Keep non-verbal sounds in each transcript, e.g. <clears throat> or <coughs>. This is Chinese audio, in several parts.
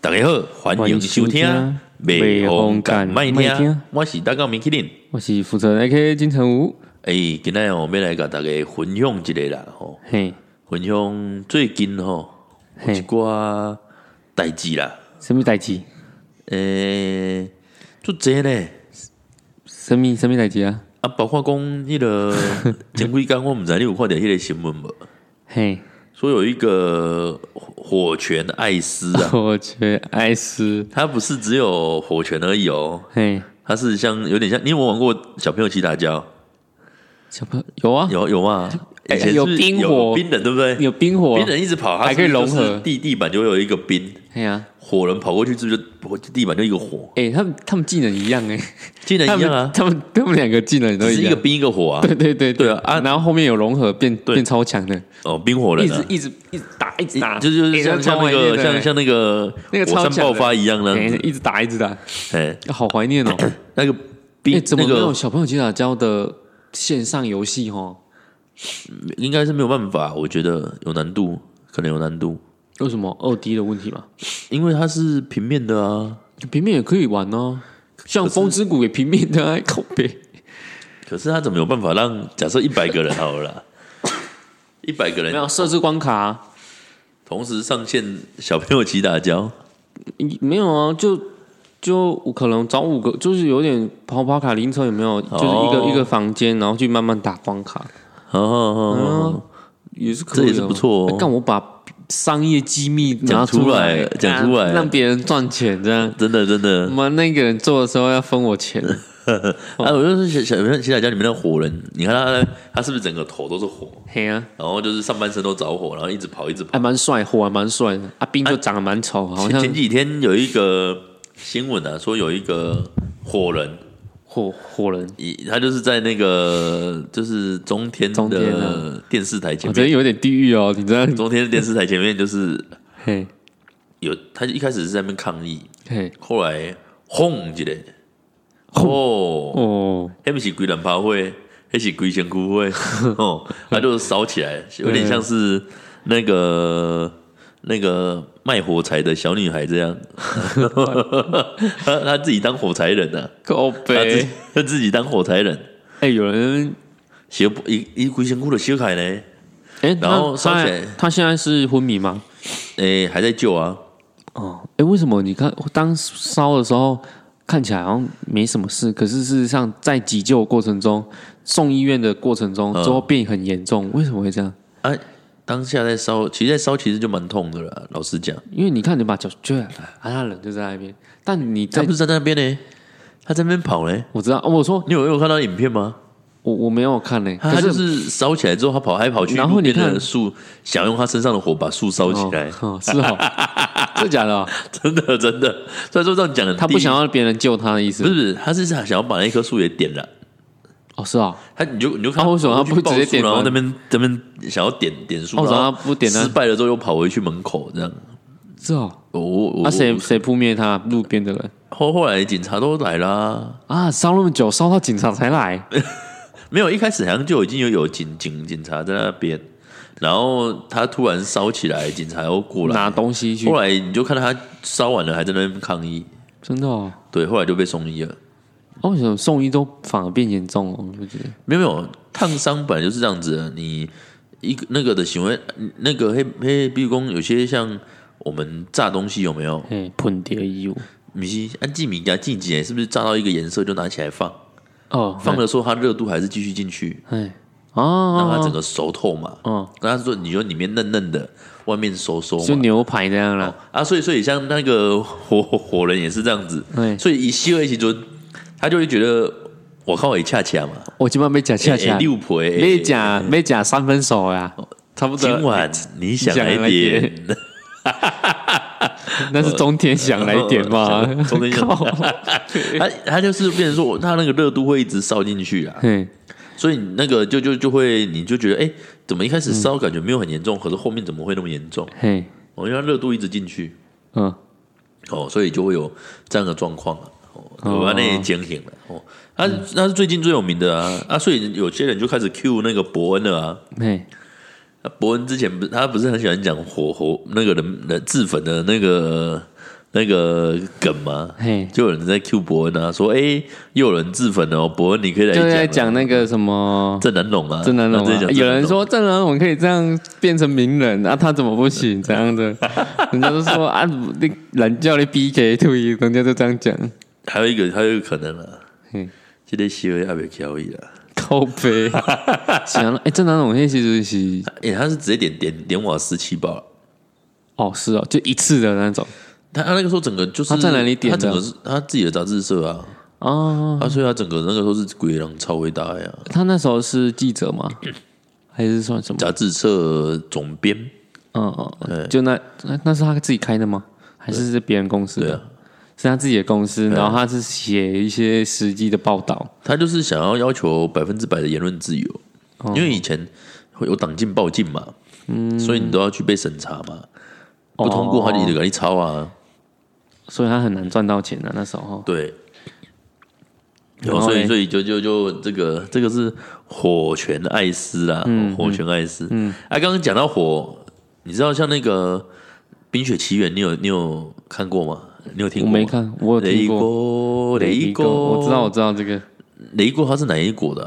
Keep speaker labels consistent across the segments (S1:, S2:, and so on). S1: 大家好，欢迎收听《美红感麦听》，我是大高明启林。
S2: 我是福成 A.K. 金城武。
S1: 诶、今天我们来甲大家分享一个啦，吼，
S2: 嘿，
S1: 分享最近吼有一
S2: 嘿，
S1: 寡代志啦，
S2: 什么代志？
S1: 诶、做这呢，
S2: 什么什么代志啊？
S1: 啊，包括讲迄、 <laughs> 个前几天我毋知你有看着迄个新闻无？
S2: 嘿，
S1: 说有一个火拳艾斯 <laughs> 啊，
S2: 我去爱死。
S1: 他不是只有火拳而已哦，
S2: 嘿，
S1: 他是像有点像，你有没有玩过小朋友骑打跤？
S2: 小朋友有啊，
S1: 有有嘛？
S2: 哎
S1: 以前是
S2: 有冰火
S1: 冰人对不对？
S2: 有冰火
S1: 冰。人一直跑，它
S2: 还可以
S1: 是不是就是
S2: 融合
S1: 地地板就会有一个冰，
S2: 嘿啊，
S1: 火人跑过去是不是就火地板就一个火？
S2: 哎，他们他们技能一样哎，
S1: 技能 <laughs>
S2: 他
S1: 一
S2: 们
S1: 样啊，
S2: 他们他们两个技能都
S1: 只是
S2: 一
S1: 一个
S2: 样。
S1: 冰一个火啊。
S2: <laughs> 对对对
S1: 对啊啊
S2: 然后后面有融合变
S1: 对
S2: 变超强的，
S1: 哦，冰火
S2: 一
S1: 人
S2: 直
S1: 啊，
S2: 一直一直打一直打，
S1: 就就是
S2: 哎
S1: 像像那个像像那个
S2: 那个超
S1: 火山
S2: 强
S1: 爆
S2: 的
S1: 发一样
S2: 那
S1: 那
S2: 超怀
S1: 样子
S2: 念的哎，一直打一直打，
S1: 哎，
S2: 好怀念
S1: <coughs>
S2: 哦。
S1: 那个
S2: 哎，
S1: 冰
S2: 怎么
S1: 那
S2: 没有
S1: 个
S2: 小朋友击打教的线上游戏哦？
S1: 应该是没有办法，我觉得有难度，可能有难度，
S2: 为什么二 D 的问题嘛？
S1: 因为它是平面的啊。
S2: 平面也可以玩哦，像风之谷也平面的、啊，靠
S1: <laughs>
S2: 背。
S1: 可是他怎么有办法让假设一百个人好了啦，一百个
S2: 没
S1: 人
S2: 有设置关卡啊、
S1: 同时上线小朋友骑打跤，
S2: 嗯没有啊，就就我可能找五个，就是有点跑跑卡凌晨有没有？就是一个、
S1: 哦
S2: 一个房间，然后去慢慢打关卡，啊
S1: 哦哦哦哦，
S2: 嗯也是可以、
S1: 这也是不错哦
S2: 但我把商业机密拿来
S1: 讲出来讲出来
S2: 啊让别人赚钱这样。
S1: 真的真的，
S2: 妈，那个人做的时候要分
S1: <laughs>
S2: 我钱，
S1: 啊，我就是小小朋友骑打跤里面的火人，你看他他是不是整个头都是火，
S2: 嘿啊，
S1: 然后就是上半身都着火，然后一直跑一直跑。
S2: 还蛮帅，火还蛮帅的。阿兵就长得蛮丑，好像
S1: 前几天有一个新闻啊，说有一个火人，
S2: 火火人，
S1: 以他就是在那个就是中天
S2: 中天
S1: 的
S2: 啊
S1: 电视台前
S2: 我觉得
S1: 面，
S2: 有点地狱哦，你知道？
S1: 中天的电视台前面就是
S2: 嘿，
S1: 有他一开始是在那边抗议，
S2: 嘿，
S1: 后来轰一个，哦，
S2: 哦，
S1: 那不是鬼人趴会，那是鬼仙姑 <laughs> 会，哦，他就烧起来，有点像是那个。那个卖火柴的小女孩这样， <laughs> 她她自己当火柴人呐、啊，
S2: 靠
S1: 她自
S2: 背
S1: 己，她自己当火柴人，
S2: 哎、有人，
S1: 小一一鬼仙姑的小凯呢，
S2: 哎、
S1: 然后
S2: 他
S1: 烧
S2: 他
S1: 起来
S2: 他现在是昏迷吗？
S1: 诶、还在救啊，
S2: 哦，哎、为什么你看当烧的时候看起来好像没什么事，可是事实上在急救过程中、送医院的过程中，
S1: 嗯
S2: 之后变很严重，为什么会这样？
S1: 啊，当下在烧，其实在烧其实就蛮痛的啦。老实讲，
S2: 因为你看你把脚撅，啊，他人就在那边，但你
S1: 他
S2: 在
S1: 不，是站在那边呢，他在那边跑呢。
S2: 我知道，哦我说
S1: 你有有看到影片吗？
S2: 我我没有看呢、
S1: 他
S2: 可
S1: 就是是烧起来之后，他跑来跑去，
S2: 然后你
S1: 路边的
S2: 看
S1: 树，想用他身上的火把树烧起来， <laughs>
S2: 哦，哦是哦，真的假的哦、
S1: 真的真的。虽然说这样讲很地狱，
S2: 他不想要别人救他的意思，
S1: 不是不是，他是想要把那棵树也点燃。
S2: 哦，是啊、
S1: 他你就你就看
S2: 那为什么他
S1: 跑过去
S2: 不直接
S1: 抱树
S2: 点
S1: 然后
S2: 燃
S1: 那边那边想要点点树，
S2: 哦为什么
S1: 然后
S2: 他不点呢
S1: 失败了之后又跑回去门口这样。
S2: 是哦。
S1: 我我我
S2: 啊，谁谁扑灭他？路边的人
S1: 后后来警察都来啦、
S2: 啊，烧那么久，烧到警察才来。
S1: 没有，一开始好像就已经有有警警警察在那边，然后他突然烧起来，警察又过来，
S2: 拿东西去
S1: 后，来你就看到他烧完了还在那边抗议，
S2: 真的哦。
S1: 对，后来就被送医了。
S2: 啊为什么送医都反而变严重哦？我觉得
S1: 没有没有，烫伤本来就是这样子的，你一个那个的行为，那个黑黑比如讲有些像我们炸东西有没有？
S2: 哎，喷碟衣物
S1: 米西按记米加记几，是不是炸到一个颜色就拿起来放，
S2: 哦，
S1: 放的时候它热度还是继续进去，
S2: 哎
S1: 让它
S2: 啊，
S1: 整个熟透嘛。
S2: 哦，
S1: 跟他说，你就里面嫩嫩的，外面收收嘛。
S2: 就牛排那样啦。
S1: 啊，所以所以像那个火火火人也是这样子，
S2: 哎，
S1: 所以一吸了一起尊，他就会觉得我靠也恰恰嘛，
S2: 我今晚没假
S1: 欸
S2: 恰恰，
S1: 六婆欸
S2: 没假没假三分熟呀，差不
S1: 今
S2: 多。
S1: 晚你想来
S2: 想来
S1: 点
S2: 点，那是中天想来一点嘛？
S1: 呃中天想
S2: 靠，
S1: 他他就是变成说他那个热度会一直烧进去啊，
S2: 嘿，
S1: 所以你那个就就就会你就觉得哎、欸怎么一
S2: 嗯
S1: 开始烧感觉没有很严重，可是后面怎么会那么严重？
S2: 嘿，
S1: 哦，因为它热度一直进去
S2: 嗯，
S1: 哦，所以就会有这样的状况啊。
S2: 哦
S1: 我把那警醒了哦，他他是最近最有名的啊啊，所以有些人就开始 Q 那个伯恩了啊，
S2: 嘿，
S1: 啊伯恩之前不是他不是很喜欢讲火火那个人人自焚的那个那个梗嘛，
S2: 嘿，
S1: 就有人在 Q 伯恩啊，说哎、又有人自焚哦，伯恩你可以来
S2: 就在
S1: 讲啊
S2: 讲那个什么
S1: 郑南龙啊，
S2: 郑南龙、
S1: 他直接
S2: 啊
S1: 讲，郑
S2: 有
S1: 南
S2: 人
S1: 榕
S2: 说郑南龙可以这样变成名人，啊，他怎么不行？怎
S1: <laughs>
S2: 样的？人家都说啊，你懒叫你逼给退，人家就这样讲，
S1: 还有一个还有一个可能啊，
S2: 嘿，
S1: 这个行为阿北交易啊，
S2: 靠背。
S1: <laughs>
S2: 想哎、郑南龙那其实是
S1: 哎、他是直接点点点瓦斯气爆了。啊
S2: 哦是哦，就一次的那种
S1: 他他那个时候整个就是
S2: 他在哪里点
S1: 他
S2: 的
S1: 整个是他自己的杂志社啊，
S2: 哦。
S1: 啊，所以他整个那个时候是鬼狼超伟大呀，
S2: 他那时候是记者吗？还是算什么？
S1: 杂志社总编，
S2: 嗯嗯嗯，就那那那是他自己开的吗？还是是别人公司
S1: 对
S2: 的？
S1: 啊，
S2: 是他自己的公司，然后他是写一些实际的报道。
S1: 他就是想要要求百分之百的言论自由，
S2: 哦
S1: 因为以前会有党禁报禁嘛，
S2: 嗯
S1: 所以你都要去被审查嘛，
S2: 哦
S1: 不通过他就得给你抄啊，
S2: 所以他很难赚到钱啊，那时候。
S1: 对。
S2: 然
S1: 有，
S2: 后
S1: 所以
S2: 嘞
S1: 所以就就就这个这个是火拳艾斯啦，
S2: 嗯
S1: 火拳艾斯。嗯，啊，刚刚讲到火，你知道像那个《冰雪奇缘》，你有你有看过吗？你有听
S2: 我
S1: 过？
S2: 没。看，我有
S1: 雷
S2: 听过
S1: 过，雷
S2: 国，
S1: 过，
S2: 我知道，我知道这个，
S1: 雷过他是哪一国的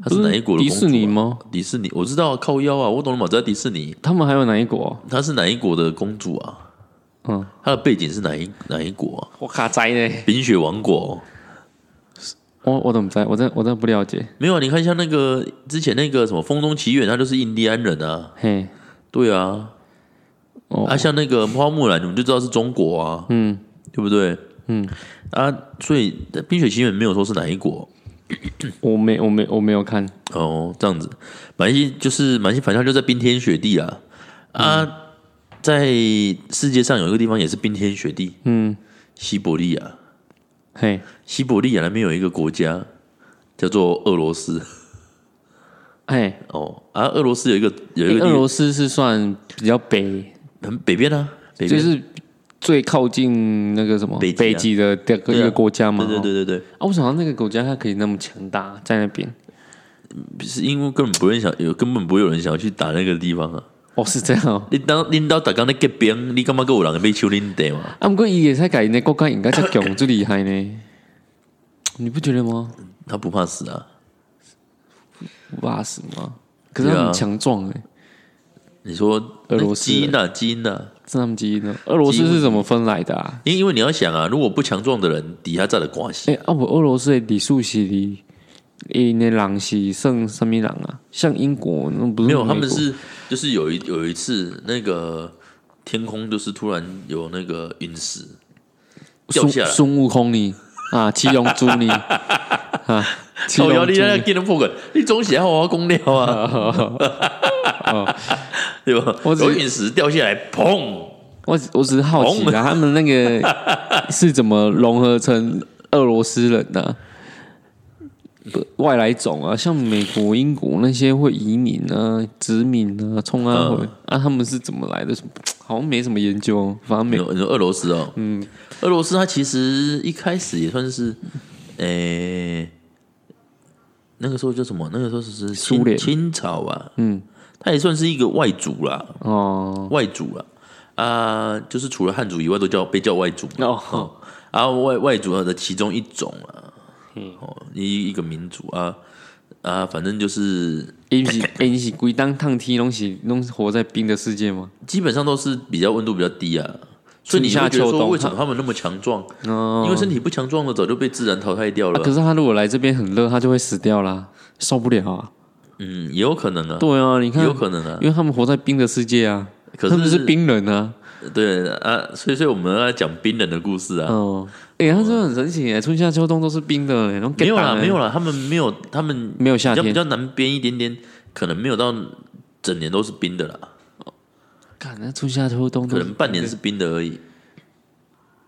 S1: 啊、他是
S2: 不
S1: 哪一国的、啊
S2: 迪士尼？吗？
S1: 迪士尼，我知道啊，靠腰啊，我懂了嘛，知道迪士尼，
S2: 他们还有哪一哦国？
S1: 她是哪一国的公主啊？
S2: 嗯，
S1: 她的背景是哪一哪一国啊？
S2: 我卡在嘞，
S1: 冰雪王国、哦。
S2: 我我怎么在？我真我真的不了解。
S1: 没有啊，你看像那个之前那个什么《风中奇缘》，他就是印第安人啊，
S2: 嘿，
S1: 对啊，
S2: 哦
S1: 啊，像那个花木兰，你们就知道是中国啊，嗯，对不对？嗯，啊，所以《冰雪奇缘》没有说是哪一国啊
S2: 我没我没我没有看，
S1: 哦，这样子，满西就是满西，反正就在冰天雪地啊，
S2: 嗯
S1: 啊，在世界上有一个地方也是冰天雪地，
S2: 嗯，
S1: 西伯利亚，
S2: 嘿，
S1: 西伯利亚那边有一个国家叫做俄罗斯
S2: 嘿，
S1: 哦，啊，俄罗斯有一个有一个
S2: 诶
S1: 地
S2: 俄罗斯是算比较北，
S1: 很北边啊，北边
S2: 就是最靠近那个什么
S1: 北极啊
S2: 北极的第二个
S1: 对啊
S2: 一个国家嘛。
S1: 对对
S2: 哦。
S1: 对对对。
S2: 啊，我想到那个国家它可以那么强大，在那边。
S1: 是因为根本不会想有，根本不会有人想要去打那个地方啊！
S2: 哦，是这样哦。
S1: 你当你到打刚那个边，你干嘛跟有人被丘林得嘛？
S2: 啊，不过伊也在改呢，国家应该才强最厉害呢，你不觉得吗？
S1: 他不怕死啊！
S2: 不怕死吗？可是他
S1: 对啊
S2: 们很强壮哎，
S1: 你说
S2: 俄罗斯
S1: 基因啊，基因啊，
S2: 是他们基因的。俄罗斯是怎么分来的啊？
S1: 因因为你要想啊，如果不强壮的人底下在的关系
S2: 哎、啊不，俄罗斯的礼数是哩，因的人是算什么人啊？像英国那不是
S1: 没有，他
S2: 美
S1: 们
S2: 国
S1: 是就是有一有一次那个天空就是突然有那个陨石掉
S2: 孙
S1: 下来，
S2: 孙悟空呢？啊，七龙珠
S1: <laughs>
S2: 呢？啊，七
S1: 靠
S2: 龙
S1: 腰哦
S2: 珠
S1: 你那见到破梗，你总想要我公料
S2: <laughs>
S1: 啊， <laughs> 对吧？
S2: 哦我只
S1: 有陨石掉下来，砰！
S2: 我只我只
S1: <laughs>
S2: 是好奇啊，他们那个是怎么融合成俄罗斯人的、不外来种啊？像美国、英国那些会移民啊、殖民啊、冲啊
S1: 嗯
S2: 回、啊，他们是怎么来的？好像没什么研究哦，反正
S1: 你
S2: 美
S1: 说你说俄罗斯哦，嗯，俄罗斯它其实一开始也算是，诶、那个时候叫什么？那个时候是
S2: 苏
S1: 清
S2: 联
S1: 清朝啊，嗯，它也算是一个外族啦，
S2: 哦
S1: 外族啦，啊，就是除了汉族以外都叫被叫外族嘛，
S2: 哦，
S1: 啊，外外族的其中一种啊，
S2: 嗯
S1: 哦，一一个民族啊啊，反正就是
S2: 因是因是鬼当烫梯东西，拢是活在冰的世界吗？
S1: 基本上都是比较温度比较低啊。所以你
S2: 春夏
S1: 会觉得
S2: 秋
S1: 说，
S2: 冬
S1: 为什么他们那么强壮？
S2: 哦、
S1: 因为身体不强壮的早就被自然淘汰掉了
S2: 啊
S1: 啊。
S2: 可是他如果来这边很热，他就会死掉啦，受不了啊！
S1: 嗯，也有可能啊，
S2: 对啊，你看
S1: 也有，可能啊
S2: 因。为他们活在冰的世界啊，
S1: 可
S2: 他们
S1: 是
S2: 是冰人啊。
S1: 对啊，所以所以我们要讲冰冷的故事啊。
S2: 哦，哎、欸，它真的很神奇哎，春夏秋冬都是冰的哎，那种
S1: 没有啦，
S2: 欸
S1: 没有啦，他们没有，他们
S2: 没有夏
S1: 比较比
S2: 天，
S1: 较南边一点点，可能没有到整年都是冰的啦，
S2: 看那春夏秋冬都
S1: 可
S2: 是
S1: 能半年是冰的而已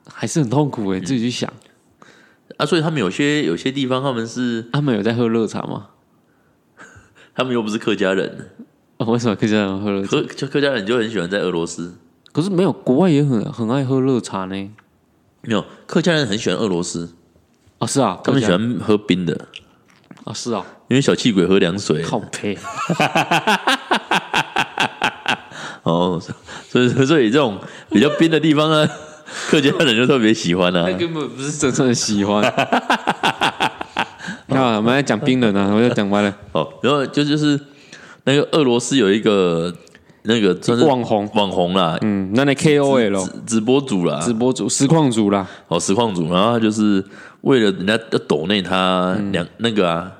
S2: 还是很痛苦哎，自己去想，
S1: 啊。所以他们有些有些地方他们是
S2: 他们有在喝热茶吗？ <laughs>
S1: 他们又不是客家人，
S2: 哦，为什么客家人喝热茶？
S1: 客客客家人就很喜欢在俄罗斯，
S2: 可是没有，国外也很很爱喝热茶呢。
S1: 没有客家人很喜欢俄罗斯，
S2: 啊，是啊，
S1: 他们
S2: 客
S1: 喜
S2: 家人
S1: 欢喝冰的，
S2: 啊，是啊，
S1: 因为小气鬼喝凉水
S2: 靠背，
S1: 哦，所以所以这种比较边的地方
S2: <laughs>
S1: 呢，客家人就特别喜欢啊
S2: 那。根本不是真正的喜欢。看啊，我们在讲冰冷啊，我就讲完了。
S1: 哦，然后就就是那个俄罗斯有一个那个算是
S2: 网红
S1: 网红啦，
S2: 嗯，那那 KOL
S1: 直直播主啦，
S2: 直播主、实况主啦，
S1: 哦，实况主，然后他就是为了人家要抖内他两、那个啊，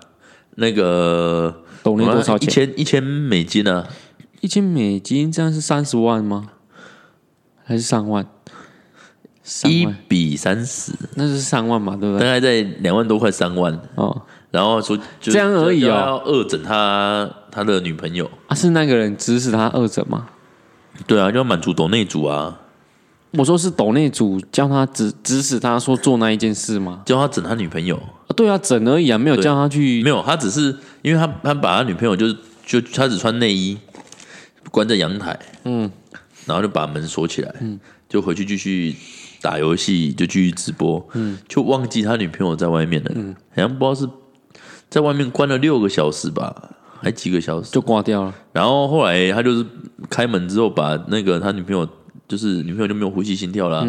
S1: 那个啊
S2: 抖内多少钱
S1: 一千一千美金啊，
S2: 一千美金这样是三十万吗？还是三万？三
S1: 一
S2: 万，
S1: 比三十，
S2: 那就是三万嘛，对不
S1: 大
S2: 对？
S1: 概在两万多块三万，
S2: 哦，
S1: 然后说就
S2: 这样而已
S1: 就
S2: 哦
S1: 要恶整他他的女朋友，
S2: 啊，是那个人指使他二诊吗？
S1: 对啊，就要满足抖内主啊，
S2: 我说是抖内主叫他指指使他说做那一件事吗？
S1: 叫他整他女朋友，
S2: 啊对啊，整而已啊，没有叫他去。
S1: 没有，他只是因为他他把他女朋友就是就他只穿内衣，关在阳台，嗯，然后就把门锁起来，嗯，就回去继续打游戏，就继续直播，嗯，就忘记他女朋友在外面了，嗯，好像不知道是在外面关了六个小时吧，还几个小时，
S2: 就挂掉了，
S1: 然后后来他就是开门之后把那个他女朋友。就是女朋友就没有呼吸心跳啦、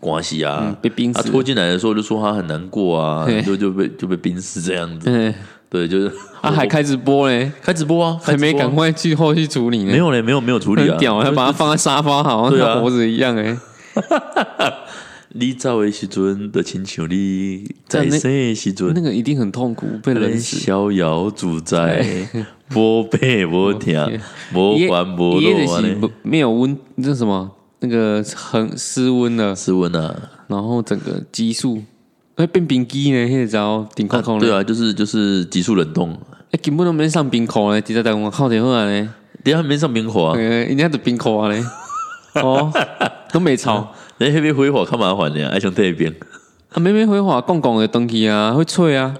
S1: 关系啊，
S2: 被冰
S1: 他
S2: 死。
S1: 拖进来的时候就说他很难过啊
S2: 对，
S1: 就就被就被冰死这样子，
S2: 嗯，
S1: 对，就是
S2: 他啊还开直播嘞，
S1: 开直播啊，
S2: 还
S1: 开
S2: 没
S1: 直播啊
S2: 赶快去后续处理呢。
S1: 没有嘞，没有没有处理啊，
S2: 很屌，欸还把它放在沙发，好像
S1: 对啊
S2: 他活着一样哎、
S1: 你走的时阵的亲像你在
S2: 在那
S1: 生的时阵
S2: 那，个一定很痛苦，被冷
S1: 咱
S2: 死。
S1: 逍遥自在，
S2: 哎
S1: 无悲无
S2: 对 <laughs>
S1: 疼，无烦无
S2: 也
S1: 恼
S2: 也
S1: 啊
S2: 就是
S1: 嘞。
S2: 不没有温，那什么那个很失温了，
S1: 斯文啊，
S2: 然后整个激素会变冰机呢，那个招顶空空
S1: 对
S2: 的，
S1: 啊，就是就是急速冷冻，
S2: 哎根本都没上冰口嘞，直接在我靠点后来呢，
S1: 等一下没上冰火啊，
S2: 呃人家的冰口啊
S1: <laughs>
S2: 嘞，哦，都没吵。
S1: 人家那边挥火较麻烦的，还想退一边。
S2: 啊，每每回话讲讲的东西啊，会脆啊，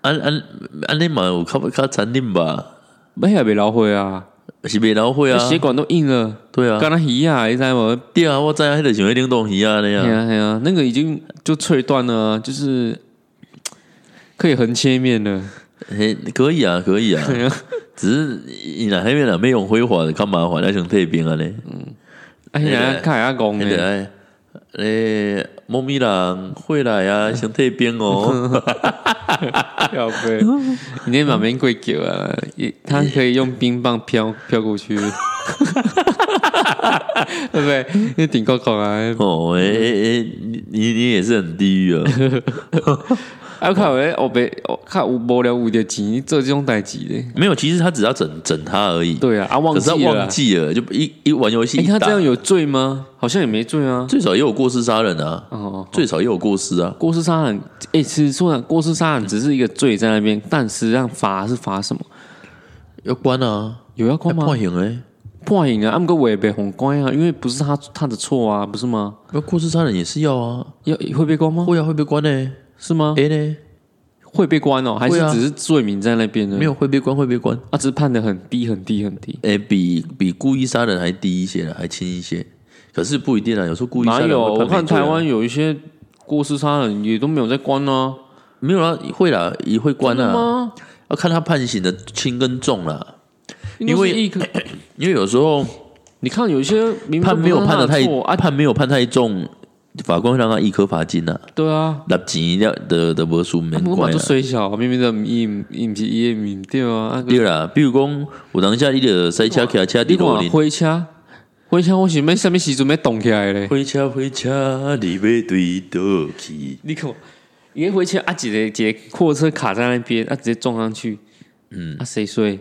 S1: 安安安尼嘛，有较较残忍吧？
S2: 没也袂老火啊，
S1: 是袂老会
S2: 那
S1: 啊？
S2: 血管都硬了，
S1: 对啊，
S2: 敢若鱼啊，你知无？
S1: 对啊，我知啊，迄个像迄冷冻鱼啊那
S2: 哎
S1: 样。
S2: 呀哎呀，那个已经就脆断了啊，就是可以横切面了。
S1: 嗯嘿，可以啊，可以啊。
S2: 对啊，
S1: 只是伊若迄边若要用挥霍，较麻烦，还想退兵啊咧。
S2: 哎呀，看下讲
S1: 迄个
S2: 的，
S1: 爱诶，猫咪人会来啊，想退兵 <laughs> 哦。哎
S2: <laughs> 要飞，你那马面贵狗啊，也它可以用冰棒飘飘过去， <laughs> 对不对？那顶高高啊，
S1: 哦，诶诶诶，你你你也是很地 <laughs> 狱啊。
S2: 啊，看我我被我看无无聊有的钱你做这种代志的，
S1: 没有，其实他只要整整他而已。，
S2: 对啊，啊忘
S1: 可是
S2: 记
S1: 他
S2: 了
S1: 忘
S2: 啊。
S1: 记了，就一一玩游戏
S2: 哎，
S1: 一
S2: 他
S1: 打
S2: 这样有罪吗？好像也没罪啊。
S1: 最少也有过失杀人啊，
S2: 哦，
S1: 最少也有过失啊。
S2: 过失杀人，哎，其实说呢，过失杀人只是一个罪在那边，但实际上罚是罚什么？
S1: 要关啊，
S2: 有要
S1: 要
S2: 关吗？
S1: 判刑诶。
S2: 破影啊，按个也被红关啊，因为不是他他的错啊，不是吗？
S1: 那过失杀人也是要啊，
S2: 要会被关吗？
S1: 会啊会被关呢。
S2: 是吗？
S1: 诶呢，
S2: 会被关哦，还是
S1: 会啊
S2: 只是罪名在那边呢？
S1: 没有会被关会被关。
S2: 啊，只是判的很低很低很低。
S1: 诶、比比故意杀人还低一些了，还轻一些。可是不一定啊，有时候故意杀
S2: 哪
S1: 人
S2: 有？
S1: 会
S2: 我
S1: 判
S2: 看
S1: 没罪啊
S2: 台湾有一些过失杀人也都没有在关啊，
S1: 没有啊，会啦，也会关
S2: 真的
S1: 啊，
S2: 吗？
S1: 要看他判刑的轻跟重啦。因为
S2: 那是一个
S1: 因为有时候
S2: <clears throat> 你看有一些明明
S1: 判没有判的
S2: 的
S1: 太
S2: 错啊，
S1: 判没有判太重，法官会让他一颗罚金呐、啊，
S2: 对啊，
S1: 那钱了的的无输免
S2: 我嘛
S1: 管
S2: 都
S1: 啊。
S2: 水小，明明的伊伊不是伊的名对啊，啊
S1: 对啦，比如讲，有当下你的塞车骑车
S2: 你
S1: 伫路
S2: 看啊
S1: 里，
S2: 火车，火车我是要什么时阵要动起来嘞？
S1: 火车火车，你要对倒去？
S2: 你看，一回去啊，一个一个货车卡在那边，啊，直接撞上去，嗯，啊，谁衰？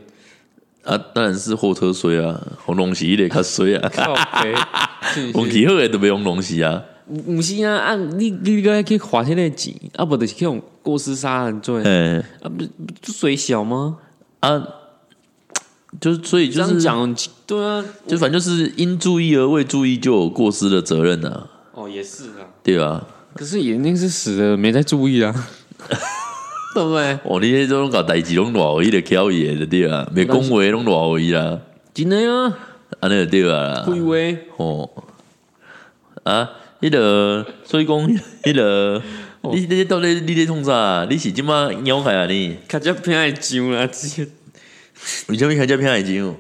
S1: 啊，当然是货车衰啊，红龙是一个较衰啊，
S2: 靠 <laughs> 北，是不
S1: 红
S2: 是？
S1: 旗好的都袂用龙是啊。
S2: 唔是啊，啊，你你个去花迄个钱，啊，不就是去用过失杀人罪，
S1: 哎、
S2: 啊，不不水小吗？
S1: 啊，就是所以
S2: 这
S1: 就
S2: 样
S1: 是
S2: 讲，对啊，
S1: 就反正就是因注意而未注意就有过失的责任啊，
S2: 哦，也是啊，
S1: 对吧？
S2: 可是眼睛是死的，没在注意啊， <laughs> 对不对？
S1: 哦，你这种搞代志拢偌为的挑野的对啊，没恭维拢偌为啦，
S2: 真的啊，
S1: 安尼就对啊啦
S2: 不。以为
S1: 哦，啊，迄个所以讲迄个，
S2: <laughs> 哦
S1: 你你你到底你在创啥？啊你是即马鸟海啊你？
S2: 卡只偏爱上啦，直接
S1: 为什么开这片眼睛？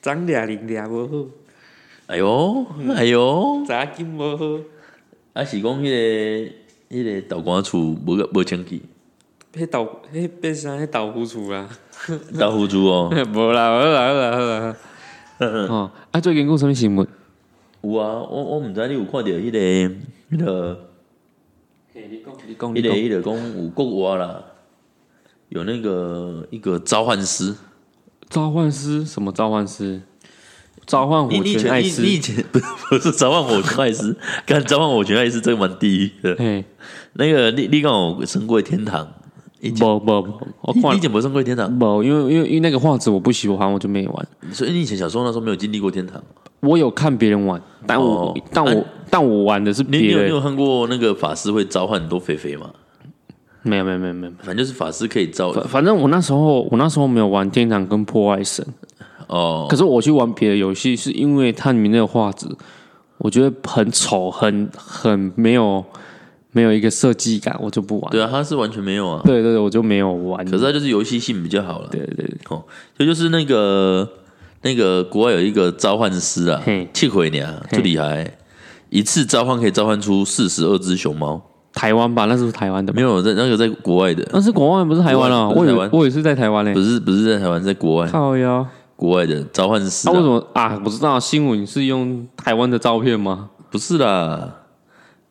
S2: 长俩零俩无好。
S1: 哎呦，哎呦，
S2: 杂金无好，
S1: 啊是讲迄、个迄、个豆干厝无够无清气，
S2: 迄豆迄变啥？迄豆腐厝啦。
S1: 豆腐猪哦，
S2: <laughs> 无啦，好啦，好啦，好啦。哦，啊，最近有什么新闻？
S1: 有啊，我我毋知你有看到迄、个迄、个
S2: 你讲，你讲，
S1: 迄、个迄、个讲有国外啦，有那个一个召唤师，
S2: 召唤师什么召唤师？召唤
S1: 你
S2: 火
S1: 你以
S2: 拳
S1: 前
S2: 艾
S1: 你你以
S2: 斯。
S1: 前 <laughs> 不是不是召唤火拳艾斯， <laughs> 干召唤火拳艾斯这个蛮地狱的。
S2: 嘿，
S1: 那个你你敢有升过天堂？以前
S2: 不不不，我
S1: 你
S2: 看
S1: 你以前没升过天堂，
S2: 不，因为因为因为那个画质我不喜欢，我就没玩。
S1: 所以你以前小时候那时候没有经历过天堂。
S2: 我有看别人玩，但我、
S1: 哦
S2: 但我、但我玩的是
S1: 你你
S2: 别
S1: 有你
S2: 人，
S1: 有看过那个法师会召唤很多肥肥吗？
S2: 没有没有没有没有。
S1: 反正就是法师可以召
S2: 反反正我那时候我那时候没有玩天堂跟破坏神，
S1: 哦，
S2: 可是我去玩别的游戏，是因为它里面那个画质，我觉得很丑，很很没有没有一个设计感，我就不玩。
S1: 对啊，他是完全没有啊。
S2: 对对对，我就没有玩。
S1: 可是它就是游戏性比较好了。
S2: 对对对，
S1: 哦，这就是那个那个国外有一个召唤师啊
S2: 嘿，
S1: 气鬼娘最厉害，一次召唤可以召唤出四十二只熊猫。
S2: 台湾吧，那是台湾的吧
S1: 没？有在那个在国外的，
S2: 那哦是国外，不是台湾啊！
S1: 国
S2: 我
S1: 外不
S2: 以
S1: 是台湾
S2: 为我也是在台湾嘞
S1: 不。是不是在台湾，在国外
S2: 靠呀！
S1: 国外的召唤师
S2: 那为什
S1: 啊，
S2: 么啊？不知道新闻是用台湾的照片吗？
S1: 不是啦，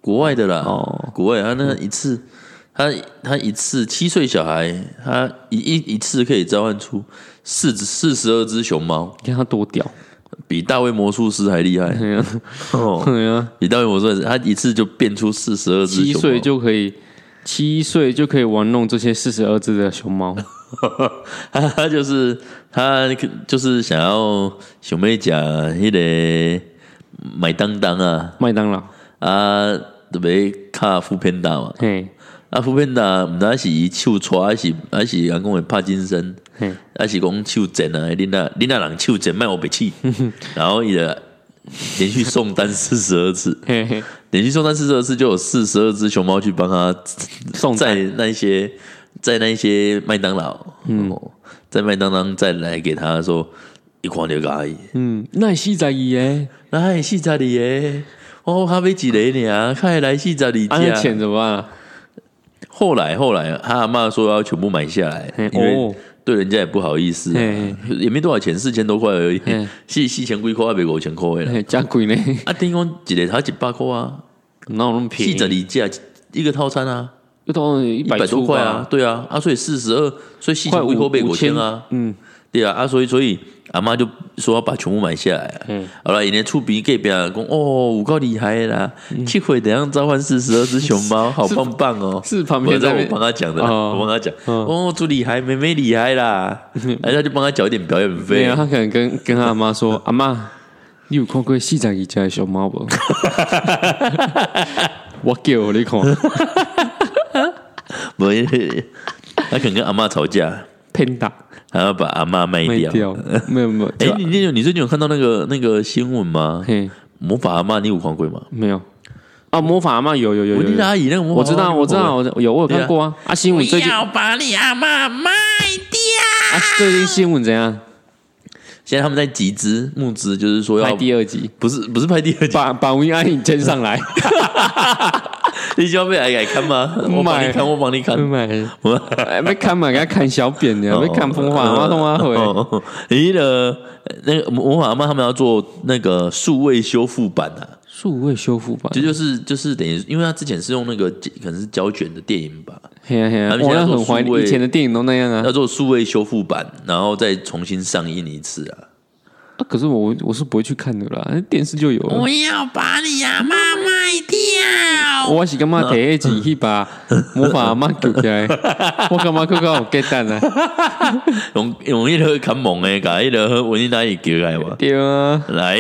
S1: 国外的啦，
S2: 哦
S1: 国外啊他那个一次。他他一次七岁小孩，他一一一次可以召唤出四只四十二只熊猫，
S2: 你看他多屌！
S1: 比大卫魔术师还厉害
S2: 对呀，
S1: 哦！
S2: 对啊呀，
S1: 比大卫魔术师，他一次就变出四十二只
S2: <laughs> 七
S1: 熊猫，
S2: 岁就可以，七岁就可以玩弄这些四十二只的熊猫。 <laughs>
S1: 他 <laughs> 他就是他就是想要想要讲迄个麦当当啊
S2: 麦当劳，
S1: 啊，特别卡副片打嘛，
S2: 嘿，
S1: 啊副片打毋知是伊手抓还是还是人讲会帕金森，
S2: 嘿，
S1: 还是讲手震啊，你那你那人手震卖我白
S2: <laughs>
S1: 气，然后伊就连续送单四十二次，
S2: 嘿嘿，
S1: 连续送单四十二次就有四十二只熊猫去帮他
S2: 送
S1: 在那些在那些麦当劳，嗯，在麦当当再来给他说一款牛咖喱，
S2: 嗯，那是在伊诶，
S1: 来四十二耶，我咖啡几雷你啊，快来四十二
S2: 啊，那
S1: 家。
S2: 钱怎么办啊？
S1: 后来后来，他阿妈说要全部买下来
S2: 嘿，
S1: 因为
S2: 哦
S1: 对人家也不好意思啊、
S2: 嘿
S1: 也没多少钱，四千多块而已
S2: 嘿，
S1: 四四千几块还没五千块了。
S2: 嘿，加贵呢，
S1: 啊，丁公一个他一百块啊，
S2: 哪有 <laughs> 那
S1: 四
S2: 么便宜
S1: 十？二家一个套餐啊，
S2: 一桶一
S1: 一
S2: 百
S1: 百多
S2: 出
S1: 块
S2: 吧
S1: 啊，，对啊，啊，所以四十二，所以四
S2: 快
S1: 千
S2: 五
S1: 几块被五千
S2: 千
S1: 啊，，
S2: 嗯，
S1: 对啊，啊，所以所以阿妈就说要把全部买下来、啊。
S2: 嗯
S1: 好了，人家厝边隔壁讲哦，有够厉害的啦！七会怎样召唤四十二只熊猫，好棒棒哦！
S2: 嗯是旁边
S1: 我知
S2: 在
S1: 道
S2: 那
S1: 我
S2: 边
S1: 帮他讲的啦，
S2: 哦
S1: 我帮他讲哦，猪厉害，妹妹厉害啦！
S2: 嗯
S1: 哎，他就帮他缴一点表演
S2: 没
S1: 费
S2: 有，。他可能跟跟他阿妈说，阿妈，你有看过四十二家的熊
S1: <laughs>
S2: 猫不？我叫你看，
S1: 不，他可能跟阿妈吵架，
S2: 骗
S1: <laughs>
S2: 打
S1: 还要把阿妈卖
S2: 卖
S1: 掉。
S2: 掉，没有没有，
S1: 哎
S2: 就，
S1: 你你有你最近有看到那个那个新闻吗？
S2: 嘿，
S1: 魔法阿妈，你有看过吗？
S2: 没有啊，魔法阿妈有有有
S1: 我
S2: 有
S1: 记得
S2: 有，
S1: 阿姨那个魔法
S2: 我知
S1: 阿
S2: 道
S1: 嬷
S2: 我知道，
S1: 你有看过吗，
S2: 我有我有看过啊，啊，新闻最近啊，啊
S1: 要把你阿妈卖掉。
S2: 最近新闻怎样？
S1: 现在他们在集资募资，就是说
S2: 拍
S1: 要
S2: 第二集。
S1: 不是不是拍第二集，
S2: 把把文安你牵
S1: <laughs>
S2: 上来，
S1: 你需要被来改看吗？我帮你看，我帮你看。
S2: 买，哎要看嘛，给他看小扁的，要看风化，我动啊回，
S1: 哦，咦了，那个魔法阿妈他们要做那个数位修复版啊，
S2: 数位修复版
S1: 这，就是就是等于，因为他之前是用那个可能是胶卷的电影吧，
S2: 嘿啊呀嘿呀
S1: 他，们
S2: 我
S1: 现在
S2: 那
S1: 做
S2: 很怀
S1: 数
S2: 念
S1: 位
S2: 以前的电影都那样啊
S1: 要。做数位修复版，然后再重新上映一次啊。
S2: 啊可是我我是不会去看的啦，电视就有了。
S1: 要把你阿妈卖掉。
S2: 我是干嘛第一集
S1: <laughs>
S2: 去把魔法阿妈救起来？我干嘛去搞鸡蛋啊？
S1: 用用迄个砍猛诶，把迄个文艺大衣叫来吧。
S2: 对啊，
S1: 来，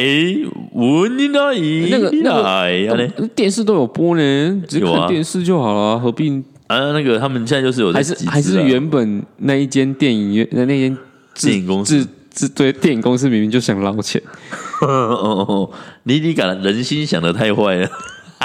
S1: 文你那姨
S2: 那个
S1: 来哎呀嘞
S2: 电视都有播呢，直接
S1: 啊有啊
S2: 看电视就好了，何必
S1: 啊，那个他们现在就是有在
S2: 还
S1: 集
S2: 是
S1: 资啊
S2: 还是原本那一间电影院那那间制
S1: 电影公司，
S2: 制制对电影
S1: <laughs>
S2: 公司明明就想捞钱，
S1: 哦哦哦，你你敢人心想的太坏了，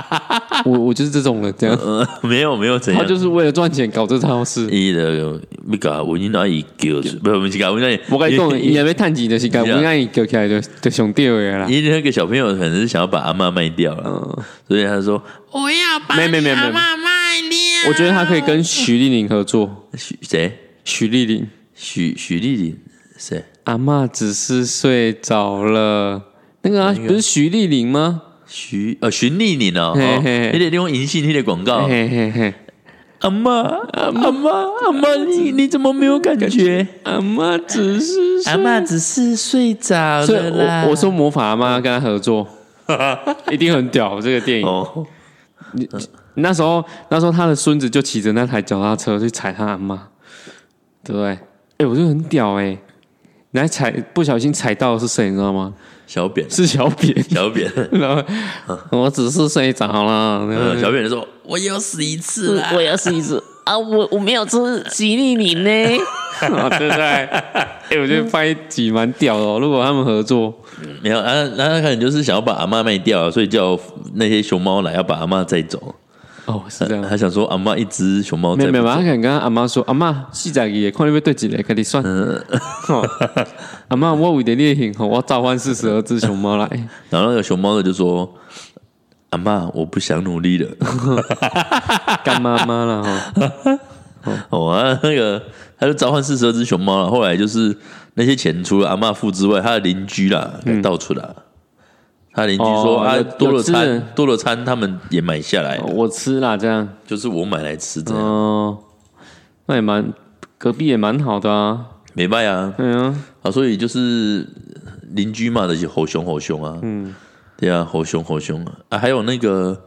S1: <laughs>
S2: 我我就是这种人，这样，
S1: 呃，没有没有怎
S2: 他
S1: 样，
S2: 就是为了赚钱搞这
S1: <laughs>
S2: 套事。
S1: 伊的要甲文英阿姨叫，不是不是甲文英阿姨，
S2: 我跟你讲，伊
S1: 伊
S2: 也要趁钱，就
S1: <laughs>
S2: 是讲，
S1: 是啊
S2: 我愿意叫起来就就上吊的啦。
S1: <laughs> 伊那个小朋友可能是想要把阿妈卖掉了，所以他说我要把
S2: 嗯没没没
S1: 你阿
S2: 没
S1: 妈卖掉。
S2: 我觉得他可以跟徐丽玲合作。
S1: 许谁？
S2: 徐丽玲，
S1: 许许丽丽谁？
S2: 阿嬷只是睡着了。那个啊，不是徐丽玲吗？
S1: 徐呃徐丽丽呢？
S2: 嘿
S1: 哦
S2: 嘿嘿
S1: 那个用银杏那个广告，
S2: 嘿嘿嘿，
S1: 阿妈阿妈阿妈，你你怎么没有感觉？
S2: 阿嬷只是睡
S1: 阿妈只是睡着
S2: 所以
S1: 了啦。
S2: 我我说魔法阿妈跟他合作， <laughs> 一定很屌这个电影。
S1: 哦，
S2: 那时候那时候他的孙子就骑着那台脚踏车去踩他阿妈，对不对？哎、我觉得很屌哎、欸。你还踩不小心踩到的是谁，你知道吗？
S1: 小
S2: <laughs>
S1: 扁
S2: 是小扁，嗯
S1: 小
S2: <laughs>
S1: 扁，
S2: 然后我只是睡着了，
S1: 呃小扁就说我有死一次啦。
S2: 我要试一次啊！我我没有吃吉利林呢， <laughs> 对不对？哦哎、我觉得拍集蛮屌的、哦，如果他们合作，
S1: 没有啊，那他可能就是想要把阿妈卖掉，所以叫那些熊猫来要把阿妈载走。
S2: 哦，是这样。
S1: 他想说阿妈一只熊猫
S2: 没
S1: 载
S2: 有没有，
S1: 不
S2: 他
S1: 走
S2: 可，能跟阿妈说：“阿妈，四十二个，看你要对几个，跟你算。吼 <laughs> 阿妈，我为着你的幸福，我召唤四十二只熊猫来。
S1: 然后那个熊猫的就说：“阿妈，我不想努力了。
S2: 干妈妈了哈，”
S1: <laughs> 哦，啊，那个他就召唤四十二只熊猫了。后来就是那些钱除了阿妈付之外，他的邻居啦给盗出啦。他邻居说：“
S2: 嗯哦
S1: 啊，
S2: 有
S1: 多了
S2: 有吃的
S1: 餐，多了餐，他们也买下来，
S2: 吼哦我吃啦，这样
S1: <laughs> 就是我买来吃这样，
S2: 哦，那也蛮隔壁也蛮好的啊。
S1: 没卖啊。”
S2: 对啊，
S1: 啊，所以就是邻居嘛，的是吼熊吼熊啊，嗯，对啊，吼熊吼熊啊啊，还有那个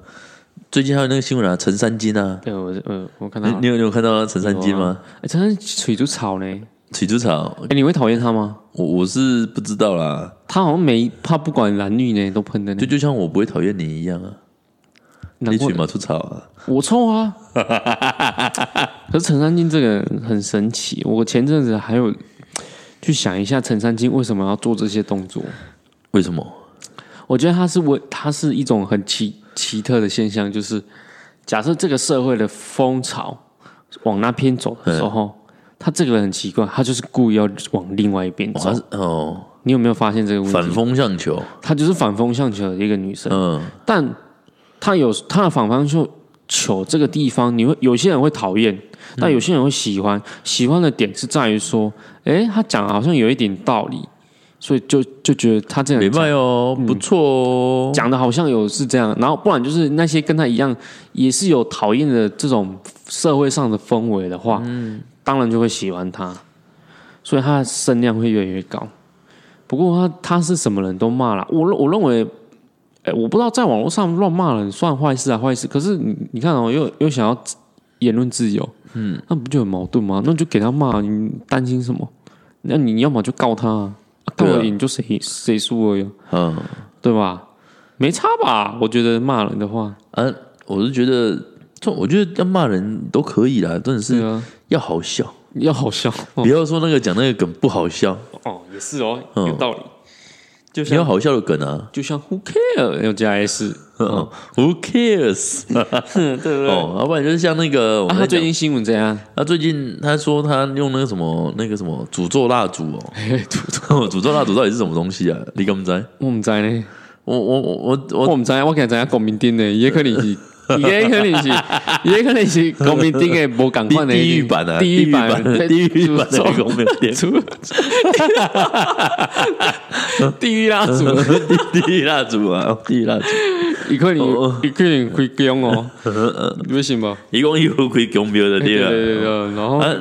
S1: 最近还有那个新闻啊，陈三金啊，
S2: 对我呃我看到
S1: 你你有你有看到陈三金吗？？
S2: 哎，真的水煮草呢？
S1: 水猪草，
S2: 哎，你会讨厌他吗？
S1: 我我是不知道啦，
S2: 他好像没他不管男女呢都喷的呢
S1: 就，就像我不会讨厌你一样啊，
S2: 难
S1: 你
S2: 怪
S1: 取马出草啊，
S2: 我臭 <laughs> 啊！可是陈三金这个人很神奇，我前阵子还有去想一下陈三金为什么要做这些动作。
S1: 为什么？
S2: 我觉得他是为他是一种很奇奇特的现象，就是假设这个社会的风潮往那边走的时候，他这个人很奇怪，他就是故意要往另外一边
S1: 哦
S2: 走
S1: 他。是哦，
S2: 你有没有发现这个问
S1: 反
S2: 题？
S1: 风向球，
S2: 她就是反风向球的一个女生。
S1: 嗯，
S2: 但他有他的反方向球这个地方，你会有些人会讨厌，但有些人会喜欢。喜欢的点是在于说，诶，他讲得好像有一点道理，所以就就觉得他这
S1: 没
S2: 样
S1: 卖哦，不错哦，
S2: 讲的好像有是这样，然后不然就是那些跟他一样也是有讨厌的这种社会上的氛围的话，
S1: 嗯
S2: 当然就会喜欢他，所以他的声量会越来越高。不过他他是什么人都骂了，我我认为，哎、我不知道在网络上乱骂人算坏事啊坏事，可是你你看哦，又又想要自言论自由，嗯，那不就很矛盾吗？那就给他骂，你担心什么？那你要么就告他、啊，啊告
S1: 对啊
S2: 了赢就谁谁输而已啊。
S1: 嗯
S2: 对吧？没差吧？我觉得骂人的话，
S1: 啊，我是觉得这，我觉得要骂人都可以啦，真的
S2: 对
S1: 是
S2: 啊，
S1: 要好笑。
S2: 要好笑哦
S1: 不要说那个讲那个梗不好笑，
S2: 哦，也是哦，
S1: 嗯
S2: 有道理。就
S1: 你要
S2: 像
S1: 好笑的梗啊。
S2: 就像 Who care 要加 S
S1: 嗯 <laughs> Who cares？
S2: <laughs> 对不对？
S1: 哦，要不然就是像那个我
S2: 啊，
S1: 们
S2: 他
S1: 在
S2: 最
S1: 讲，
S2: 近新闻怎样？
S1: 他最近他说他用那个什么那个什么诅咒蜡烛 <laughs>
S2: <laughs>
S1: 哦，
S2: 哎
S1: 诅诅咒蜡烛到底是什么东西啊？你敢不知道？
S2: 我们在呢，
S1: 我我我我
S2: 我们在，我敢知影公民丁呢，也可能是。也可能是，也可能是公民丁的无共
S1: 地
S2: 款的
S1: 地狱版啊，
S2: 地狱版，
S1: 地狱版的
S2: 诅
S1: 公面
S2: <laughs>
S1: 店，
S2: 咒地狱蜡烛，
S1: <laughs> 地地狱蜡烛啊，地狱蜡烛，
S2: 伊可能伊可能会僵哦，你不信不？
S1: 一共有亏公标的
S2: <laughs>
S1: 对
S2: 对对
S1: 啊。
S2: 对对，然后啊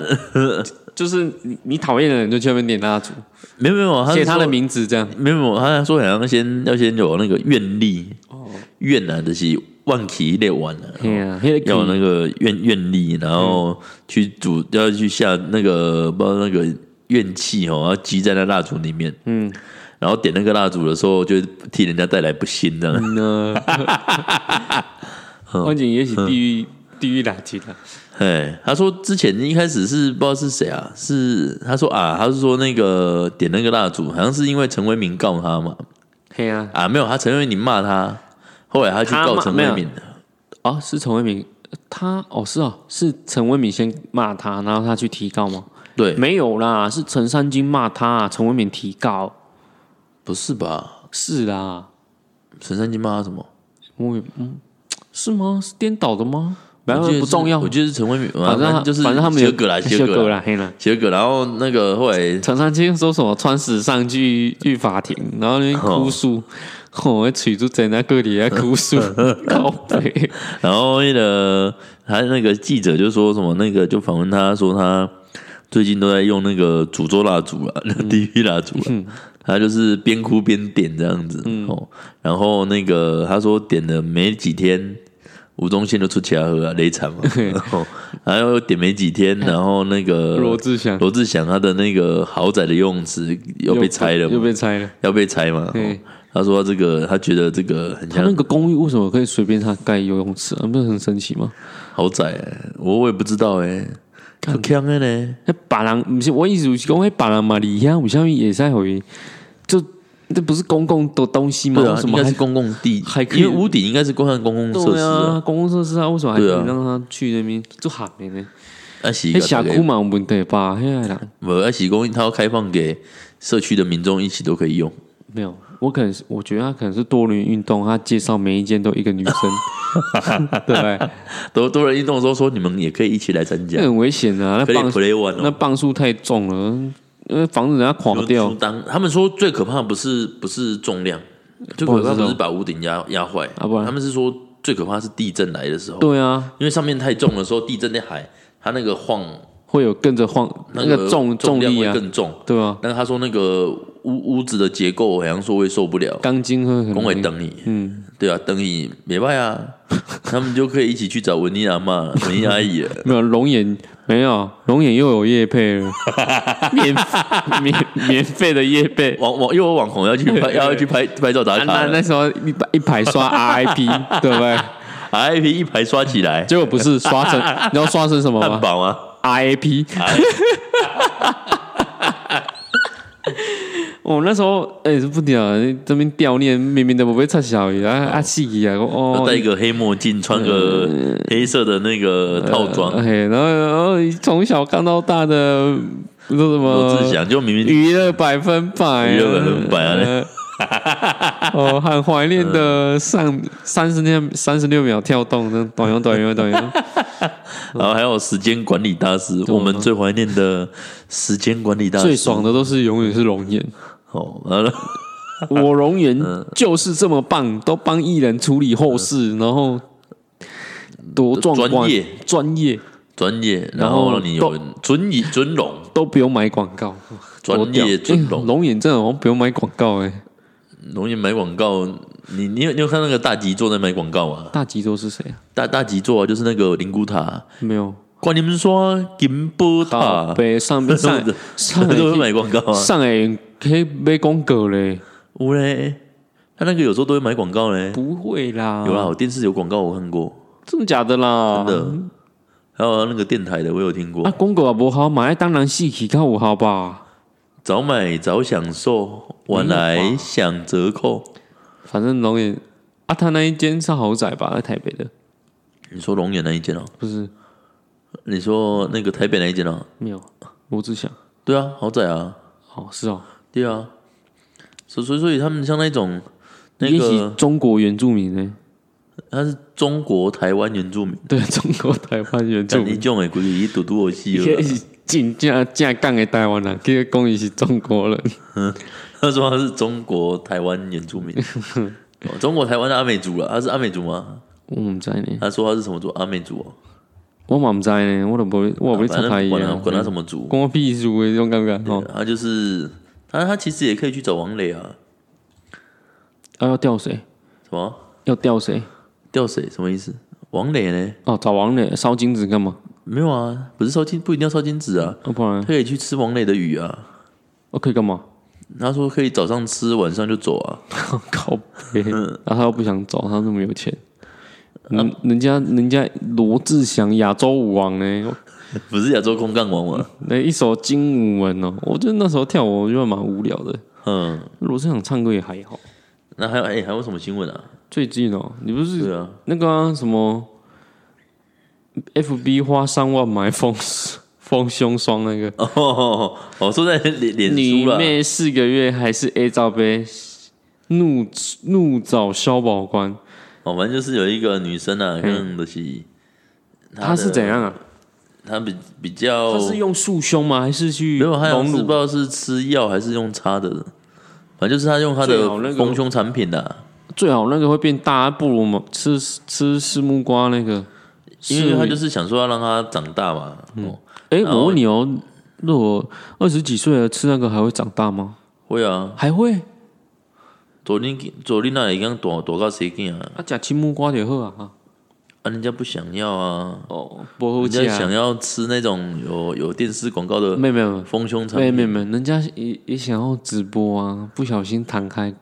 S2: <laughs> 就是你你讨厌的人就去那边点蜡烛，
S1: 没有没有，他是
S2: 写他
S1: 说
S2: 的名字这样。
S1: 没有，没有，他说好像先要先有那个愿力，
S2: 哦
S1: 愿啊，就是万起列完啊，
S2: 对啊，那个
S1: 要有那个愿愿力，然后去煮，要去下那个不知道那个怨气哦，要积在那蜡烛里面，嗯，然后点那个蜡烛的时候，就替人家带来不幸这样，
S2: <laughs> 呢， <laughs> 关键也许地狱地狱垃圾了。
S1: 哎，他说之前一开始是不知道是谁啊，是他说啊，他是说那个点那个蜡烛，好像是因为陈为民告他嘛，
S2: 嘿啊，
S1: 啊，没有，他陈为民骂他，后来他去告
S2: 他
S1: 陈
S2: 没
S1: 为
S2: 有
S1: 民，
S2: 啊，是陈为民，他哦是哦，是陈为民先骂他，然后他去提告吗？
S1: 对，
S2: 没有啦，是陈三金骂他，陈为民提告。
S1: 不是吧？
S2: 是啊啦，
S1: 陈三金骂他什么？
S2: 我也嗯，是吗？是颠倒的吗？反
S1: 我记得
S2: 正
S1: 是
S2: 不重要
S1: 我，记得是陈为民，
S2: 反正他
S1: 就是
S2: 反正他们有
S1: 写葛啦，写
S2: <laughs> 修
S1: 葛
S2: 改
S1: 啦，
S2: 啦，嘿啦。
S1: 写葛。然后那个后来
S2: 陈三金说什么穿时尚去去法庭，然后那边哭诉，我会取出整那个里来
S1: <laughs>
S2: 哭诉，靠背。
S1: 然后那个他那个记者就说什么那个就访问他说他最近都在用那个诅咒蜡烛啊， <laughs>
S2: 嗯
S1: 那地狱蜡烛啊，他就是边哭边点这样子、
S2: 嗯
S1: 哦。然后那个他说点了没几天，吴宗宪就出其他喝啊，雷
S2: <laughs>
S1: 惨嘛。然后然后点没几天，然后那个
S2: 嗯罗志祥
S1: 罗志祥他的那个豪宅的游泳池又被拆了嘛，
S2: 又被拆了。
S1: 要被拆嘛。哦
S2: 对
S1: 他说他这个他觉得这个很
S2: 他
S1: 像
S2: 那个公寓为什么可以随便他盖游泳池啊？不是很神奇吗？
S1: 豪宅、欸，我我也不知道哎、欸，很强的呢。
S2: 那把人不是我意思是讲，那把人嘛里遐有啥物会使回？就这不是公共的东西吗？
S1: 对啊
S2: 为，什
S1: 应
S2: 么
S1: 该
S2: 还
S1: 是公共地，
S2: 还可以
S1: 因为屋顶应该是公共公共设
S2: 对
S1: 施
S2: 啊？
S1: 啊。
S2: 公共设施啊，为什么还可
S1: 对
S2: 以
S1: 啊
S2: 让他去那边做喊的呢？
S1: 那洗个
S2: 那社
S1: 大概
S2: 区嘛有问题吧？那个人
S1: 不，那洗公它要开放给社区的民众一起都可以用。
S2: 没有，我可能是我觉得他可能是多轮运动，他介绍每一间都一个女生，
S1: <laughs>
S2: 对不对？
S1: 多多人运动的时候说你们也可以一起来参加
S2: 那，很危险啊！
S1: 可
S2: 那
S1: 以
S2: 磅
S1: play one
S2: 那
S1: 哦。
S2: 磅数太重了，那防止人家垮掉
S1: 就。当他们说最可怕的不是不是重量，最可
S2: 不
S1: 怕
S2: 然是
S1: 不
S2: 什么
S1: 是把屋顶压压坏
S2: 啊不然
S1: 他们是说最可怕是地震来的时候，
S2: 对啊，
S1: 因为上面太重的时候，地震那海它那个晃，
S2: 会有跟着晃那个重
S1: 重量
S2: 力
S1: 会
S2: 啊，
S1: 更重。
S2: 对吧？
S1: 但是他说那个屋屋子的结构好像说会受不了，
S2: 钢筋会很
S1: 工会
S2: 容易
S1: 等你，嗯，对啊，等你没办啊， <laughs> 他们就可以一起去找文妮阿妈、文妮阿姨啊了。
S2: 没有龙眼，没有龙眼又有叶配
S1: <laughs>
S2: 了，免免免费的叶配。
S1: <laughs> 网网又有网红要去
S2: <laughs>
S1: 拍，要去拍拍照打
S2: 啊、
S1: 卡
S2: <laughs> 那那时候一排一排刷 RIP，对不对？
S1: ，RIP 哎一排刷起
S2: <laughs>
S1: 来，
S2: 结果不是刷成，你知道刷成什么
S1: 汉
S2: 吗
S1: 堡啊，
S2: <laughs> ？RIP。我那时候哎、是不屌，这边掉念，明明都不会插小鱼啊啊死去啊！我
S1: 要
S2: 哦，
S1: 哦戴一个黑墨镜，穿个
S2: 嗯
S1: 黑色的那个套装，
S2: 嘿，然后然后从小看到大的，那什么
S1: 罗志祥就明明
S2: 娱乐百分百啊，
S1: 娱乐百分百啊
S2: 呃。哦，很怀念的上三十天三十六秒跳动，那短游短游
S1: <laughs>
S2: 短游，
S1: 然后还有时间管理大师，
S2: 啊
S1: 我们最怀念的时间管理大师，
S2: 最爽的都是永远是龙眼，
S1: 哦，完了。
S2: 我龙眼
S1: 嗯
S2: 就是这么棒，都帮艺人处理后事，然后多壮观，
S1: 专业
S2: 专业
S1: 专业，然
S2: 然
S1: 后
S2: 后
S1: 让你有尊以尊荣，
S2: 都不用买广告，
S1: 专
S2: 多屌
S1: 业尊
S2: 哎
S1: 荣。
S2: 龙眼真的好像不用买广告哎、
S1: 容易买广告，你你有你有看那个大吉座在买广告吗？
S2: 大吉州是谁啊？
S1: 大大吉座啊，就是那个灵骨塔，
S2: 没有，
S1: 管你们说金波塔，
S2: 北上
S1: 这
S2: 上
S1: 样子
S2: 上
S1: <laughs>
S2: 海
S1: 都会买广告啊。
S2: 上海可以买广告嘞。
S1: 我嘞，他那个有时候都会买广告嘞，
S2: 不会啦，
S1: 哎有啦，，我电视有广告我看过，
S2: 真的假的啦？
S1: 真的，还有那个电台的我有听
S2: 啊，
S1: 过，
S2: 公狗也不好买，当然戏起较有好吧。
S1: 早买早享受，晚
S2: 嗯
S1: 来享折扣。
S2: 反正龙眼啊，他那一间是豪宅吧，在台北的，
S1: 你说龙眼那一间哦、
S2: 不是
S1: 你说那个台北那一间哦、
S2: 没有罗志祥。
S1: 对啊，豪宅啊。
S2: 哦，是哦，
S1: 对啊，所所以所以他们像那种那
S2: 也许
S1: 个
S2: 中国原住民呢？ <laughs>
S1: 他是中国台湾原住民，
S2: 对，中国台湾原住
S1: 讲一
S2: 民，
S1: 种的估计伊读读我戏
S2: <laughs>
S1: <laughs>
S2: 也
S1: 了。
S2: 是真正正港的台湾人，结果讲伊是中国人，
S1: 他说他是中国台湾原 <laughs> 住民，哦中国台湾的阿美族了，他是阿美族吗？
S2: 我唔知道呢，
S1: 他说他是什么族？阿美族哦，
S2: 我嘛唔知道呢，我都不会，我也不会
S1: 反
S2: 插他
S1: 正
S2: 伊
S1: 管他
S2: 啊，
S1: 管他什么嗯族，
S2: 关我屁事的那种感觉哦。
S1: 他就是他他其实也可以去找王磊啊，
S2: 啊，要钓谁？
S1: 什么
S2: 要钓谁？
S1: 吊水什么意思？王磊呢？
S2: 哦，找王磊烧金子干嘛？
S1: 没有啊，不是烧金，不一定要烧金子啊，
S2: 要不然
S1: 他可以去吃王磊的鱼啊。
S2: 我可以干嘛？ <laughs>
S1: 他说可以早上吃，晚上就走啊。
S2: 靠背，
S1: 嗯
S2: 然后他又不想走，他那么有钱，
S1: 啊
S2: 人人家人家罗志祥亚洲舞王呢，
S1: 不是亚洲空干王吗？
S2: 那一首精舞文哦，我觉得那时候跳舞我觉得蛮无聊的，
S1: 嗯，
S2: 罗志祥唱歌也还好，
S1: 那还有哎、还有什么新闻啊？
S2: 最近哦，你不是
S1: 对啊， <laughs>
S2: 那个、啊、什么，FB 花三万买丰丰胸霜那个，
S1: 哦哦，哦说在脸脸
S2: 女
S1: 书了，
S2: 妹四个月还是 A 罩杯，怒怒找消保官，
S1: 哦，反正就是有一个女生啊，跟的是
S2: 嗯她是
S1: 的
S2: 怎？样啊？
S1: 她比比较
S2: 她，是用束胸吗？还是去
S1: 没有，还有
S2: 隆
S1: 是不知
S2: 乳？
S1: 道是吃药还是用擦的，反正就是她用她
S2: 最
S1: 的
S2: 好那个
S1: 丰胸产品啊，
S2: 最好那个会变大，不如嘛吃吃丝木瓜那个。，
S1: 因为她就是是想说要让她长大嘛。哦，
S2: 哎、
S1: 然后
S2: 我问你哦，那我二十几岁了吃那个还会长大吗？
S1: 会啊，
S2: 还会？
S1: 昨天昨天那里刚躲躲到谁见啊？
S2: 啊，假青木瓜就好啊。
S1: 啊，人家不想要啊，
S2: 哦，不好
S1: 人
S2: 吃
S1: 家
S2: 啊。
S1: 想要吃那种有有电视广告的
S2: 没有没有没有
S1: 丰胸产
S2: 没有
S1: 品。
S2: 没有没有，人家也也想要直播啊，不小心弹开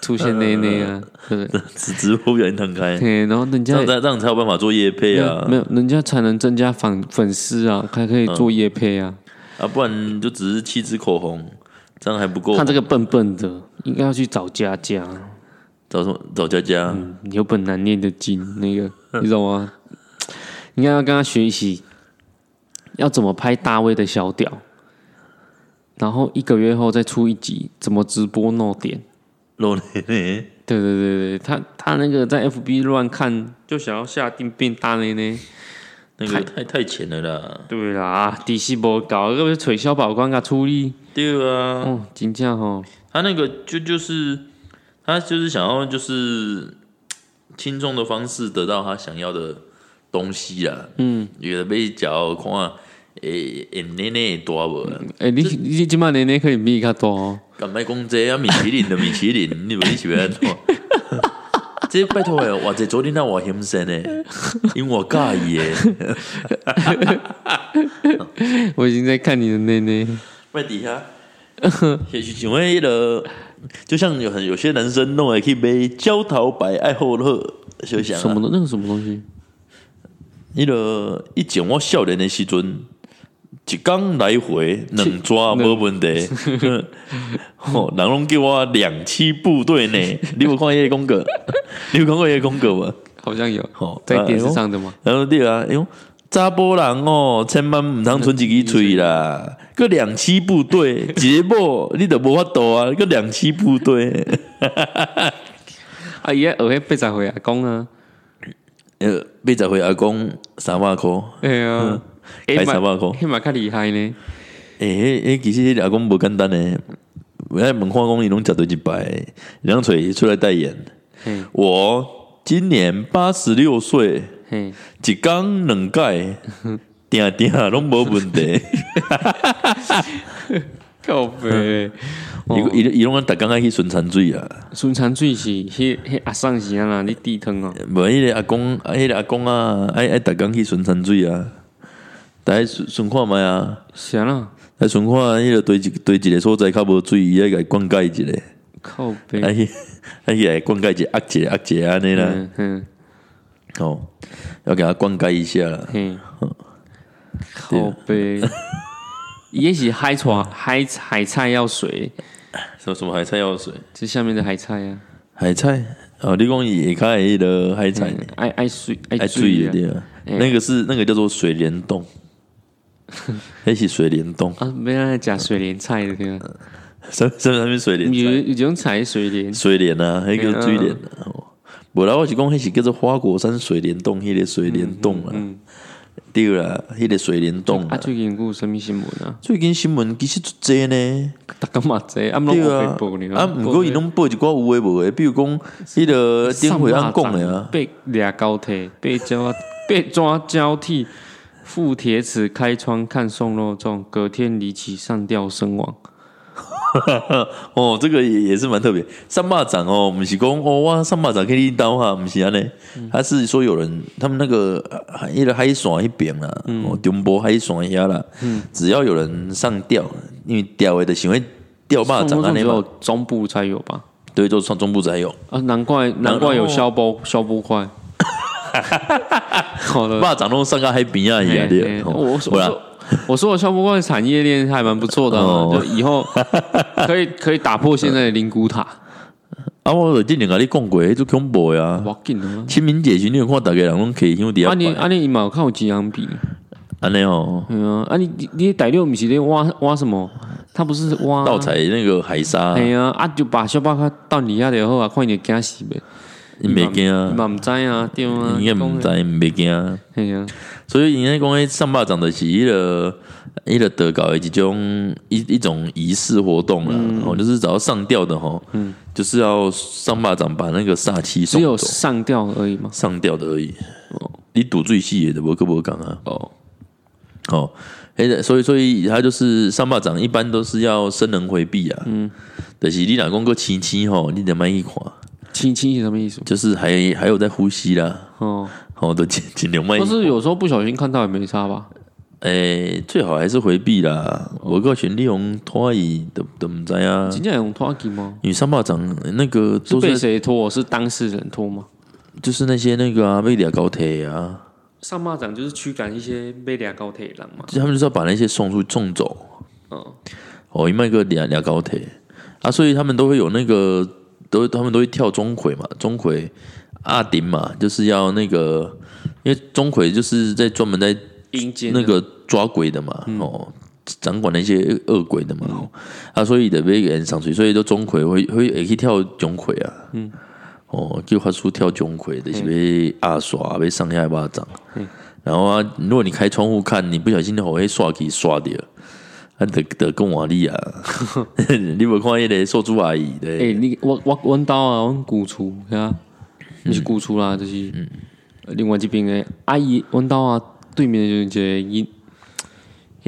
S2: 出现内内啊，对不对？
S1: 直直播表演摊开，
S2: 对，然后人家
S1: 这样才这样才有办法做夜配啊
S2: 没有，人家才能增加粉粉丝啊，还可以做夜配啊。
S1: 啊，不然就只是七支口红，这样还不够
S2: 他。这个笨笨的，应该要去找佳佳，
S1: 找什么找佳佳？
S2: 有本难念的经，那个你懂吗？应该要跟他学习，要怎么拍大卫的小屌，然后一个月后再出一集，怎么直播闹点。
S1: 露内
S2: <laughs>
S1: 内，
S2: 对对对对，他他那个在 FB 乱看，就想要下定变大内呢。
S1: 那个太太浅了啦。
S2: 对啦，底细无搞，个不是找小宝官给处理。
S1: 对啊，
S2: 哦，真正吼，
S1: 他那个就就是他就是想要就是轻松的方式得到他想要的东西啊。嗯，有的被脚看诶诶内内多无啊？
S2: 诶、你你即摆年龄可能比伊较大哦。
S1: 敢卖讲这啊？米其林的米其林，你不是喜欢 <laughs> 看？这拜托诶，我这昨天那我嫌生诶，因为我介意
S2: <laughs>
S1: 诶。
S2: 我已经在看你的内内，
S1: 麦底下，也许请问迄个，就像有很有些男生弄来去买焦桃白爱好乐，就想
S2: 什
S1: 啊，
S2: 么东那个什么东西？
S1: 迄个以前我少年的时阵，一工来回两抓无问
S2: <laughs>
S1: 题，吼、人拢叫我两栖部队呢。你有看迄个广告？ <laughs> 你有看过迄个广告无？
S2: 好像有，
S1: 吼
S2: 在电视上的吗？
S1: 然后对啊，哎呦，查甫人哦，千万毋通存一支喙啦，个两栖部队，一个某你都无法度啊，个两栖部队，
S2: 啊，伊咧学迄八十岁阿公啊，
S1: 呃，八十岁阿公三万箍，
S2: 哎呀，
S1: 嗯开三万箍，
S2: 迄嘛较厉害呢。
S1: 诶、迄迄其实迄个阿公无简单诶，我爱问看讲伊拢食对一摆，两喙出来代言
S2: 嘿，
S1: 我今年八十六岁，
S2: 嘿，
S1: 一工两届，定定拢无问题。
S2: 够肥。
S1: 伊伊伊拢啊逐工爱去顺产水啊。
S2: 孙长水是迄迄阿桑是安那咧地汤哦，
S1: 无，迄个阿公，啊迄个阿公啊，爱爱逐工去巡山水啊，逐爱巡巡看觅啊，
S2: 是安那
S1: 来巡看迄个对一对一个所在较无水，伊爱甲伊灌溉一个，
S2: 靠背。
S1: 爱去爱去甲伊灌溉一个压一个压一个安尼啦，
S2: 嗯嗯
S1: 吼，要给他灌溉一下啦。
S2: 嘿，靠背。也许海船海海菜要水，
S1: 什么什么海菜药水？
S2: 这下面的海菜啊，
S1: 海菜哦，你讲伊下骹迄个海菜呢，
S2: 爱爱水
S1: 哎爱
S2: 爱
S1: 水的
S2: 水啊
S1: 对啊，那个是那个叫做水帘 <laughs> 洞，迄是水帘洞，
S2: 啊，没让人讲水莲菜的对吧？
S1: 什什么什么水帘
S2: 有
S1: 菜？
S2: 有种菜水莲，
S1: 嗯水莲啊，迄
S2: 嗯
S1: 个水莲啊。哦无啦，我是讲迄是叫做花果山水帘洞，迄、个水帘洞啦，对啦，迄、个水帘洞
S2: 嗯啊，
S1: 啦。
S2: 最近有什么新闻啊？
S1: 最近新闻其实足济呢，
S2: 大家嘛这，啊，拢
S1: 对
S2: 有
S1: 啊
S2: 被报呢。，
S1: 啊，毋过伊拢报一寡有诶无诶，比如讲迄、个顶回安讲诶啊，
S2: 被俩高铁被交被抓 <laughs> 交替，附铁齿开窗看送肉粽，隔天离奇上吊身亡。
S1: 哦，这个也也是蛮特别。三巴掌哦，毋是讲哦哇，三巴掌可以刀哈，毋是安尼，
S2: 嗯
S1: 他是说有人他们那个海迄个海线迄边啦，
S2: 嗯
S1: 哦，中部海线遐啦，只要有人上吊，因为吊的就想要吊巴
S2: 送
S1: 掌
S2: 肉
S1: 安
S2: 粽
S1: 尼
S2: 只有
S1: 嘛，
S2: 中部才有吧？
S1: 对，就上中部才有。
S2: 啊，
S1: <laughs>
S2: 难怪难怪有消波消波块。好的，
S1: 巴掌都上到海边啊，伊啊，
S2: 嗯嘿
S1: 对，
S2: 嘿
S1: 哦
S2: 我我
S1: 不然
S2: 说我说我消波块产业链还蛮不错的啊，
S1: 哦 <laughs>
S2: 就以后可以可以打破现在的灵骨塔。
S1: 啊，我就之前甲你讲过，迄种恐怖的啊。
S2: 我紧啊！
S1: 清明节时，你有看大家人拢可以香底
S2: 啊
S1: 下
S2: 你
S1: 摆，
S2: 啊你伊嘛有看有几样比？
S1: 安尼哦，
S2: 对啊，啊你你你大六毋是咧挖挖什么？他不是挖
S1: 盗采那个海沙
S2: 哎，呀，啊就把小巴卡到你遐就好啊，看你惊死呗。
S1: 你袂惊
S2: 伊
S1: 啊？
S2: 嘛毋知啊，对啊，
S1: 应该毋知，袂惊啊。
S2: 哎呀，
S1: 所以人家讲，迄上巴掌的是迄个迄个德搞的一种一一种仪式活动啦，
S2: 嗯
S1: 哦、就是只要上吊的吼，就是要上巴掌把那个煞气
S2: 只
S1: 送
S2: 有哦
S1: 走，
S2: 上吊而已嘛。
S1: 上吊的而已。你赌最细也的，我可不讲啊。
S2: 哦，
S1: 哦，哎、所以所以他就是上巴掌，一般都是要生人回避啊。嗯，但是你老公个亲亲吼，你得慢一看，
S2: 亲亲是什么意思？
S1: 就是还还有在呼吸啦，
S2: 哦，
S1: 哦，都尽尽量慢一
S2: 但是有时候不小心看到也没差吧？
S1: 嗯诶、最好还是回避啦。
S2: 哦
S1: 我个选利用拖椅都都唔知啊。
S2: 真正用拖机吗？
S1: 因为三巴掌那个
S2: 是
S1: 都
S2: 被
S1: 是
S2: 谁拖？是当事人拖吗？
S1: 就是那些那个啊，被俩高铁啊，
S2: 上巴掌就是驱赶一些被俩高铁狼嘛。
S1: 就他们就是要把那些送出送走。
S2: 哦
S1: 哦，一卖个俩俩高铁啊，所以他们都会有那个，都他们都会跳钟馗嘛，钟馗阿顶嘛，就是要那个，因为钟馗就是在专门在
S2: 阴间
S1: 那个抓鬼的嘛，
S2: 嗯
S1: 哦，掌管那些恶鬼的嘛，哦啊，所以得被人上去，所以都钟馗会会会去跳钟馗啊，嗯，哦，就发出跳钟馗的，就是被压刷，被上下一巴掌，
S2: 嗯
S1: 然后啊，如果你开窗户看，你不小心我会刷给刷掉。啊，得得跟瓦
S2: <laughs>
S1: 力啊！你无看迄个瘦猪阿姨的，
S2: 诶、哎你我我阮兜啊，阮旧厝遐，毋是旧厝啦，就是呃另外一边的阿姨，阮兜啊对面就是一个伊，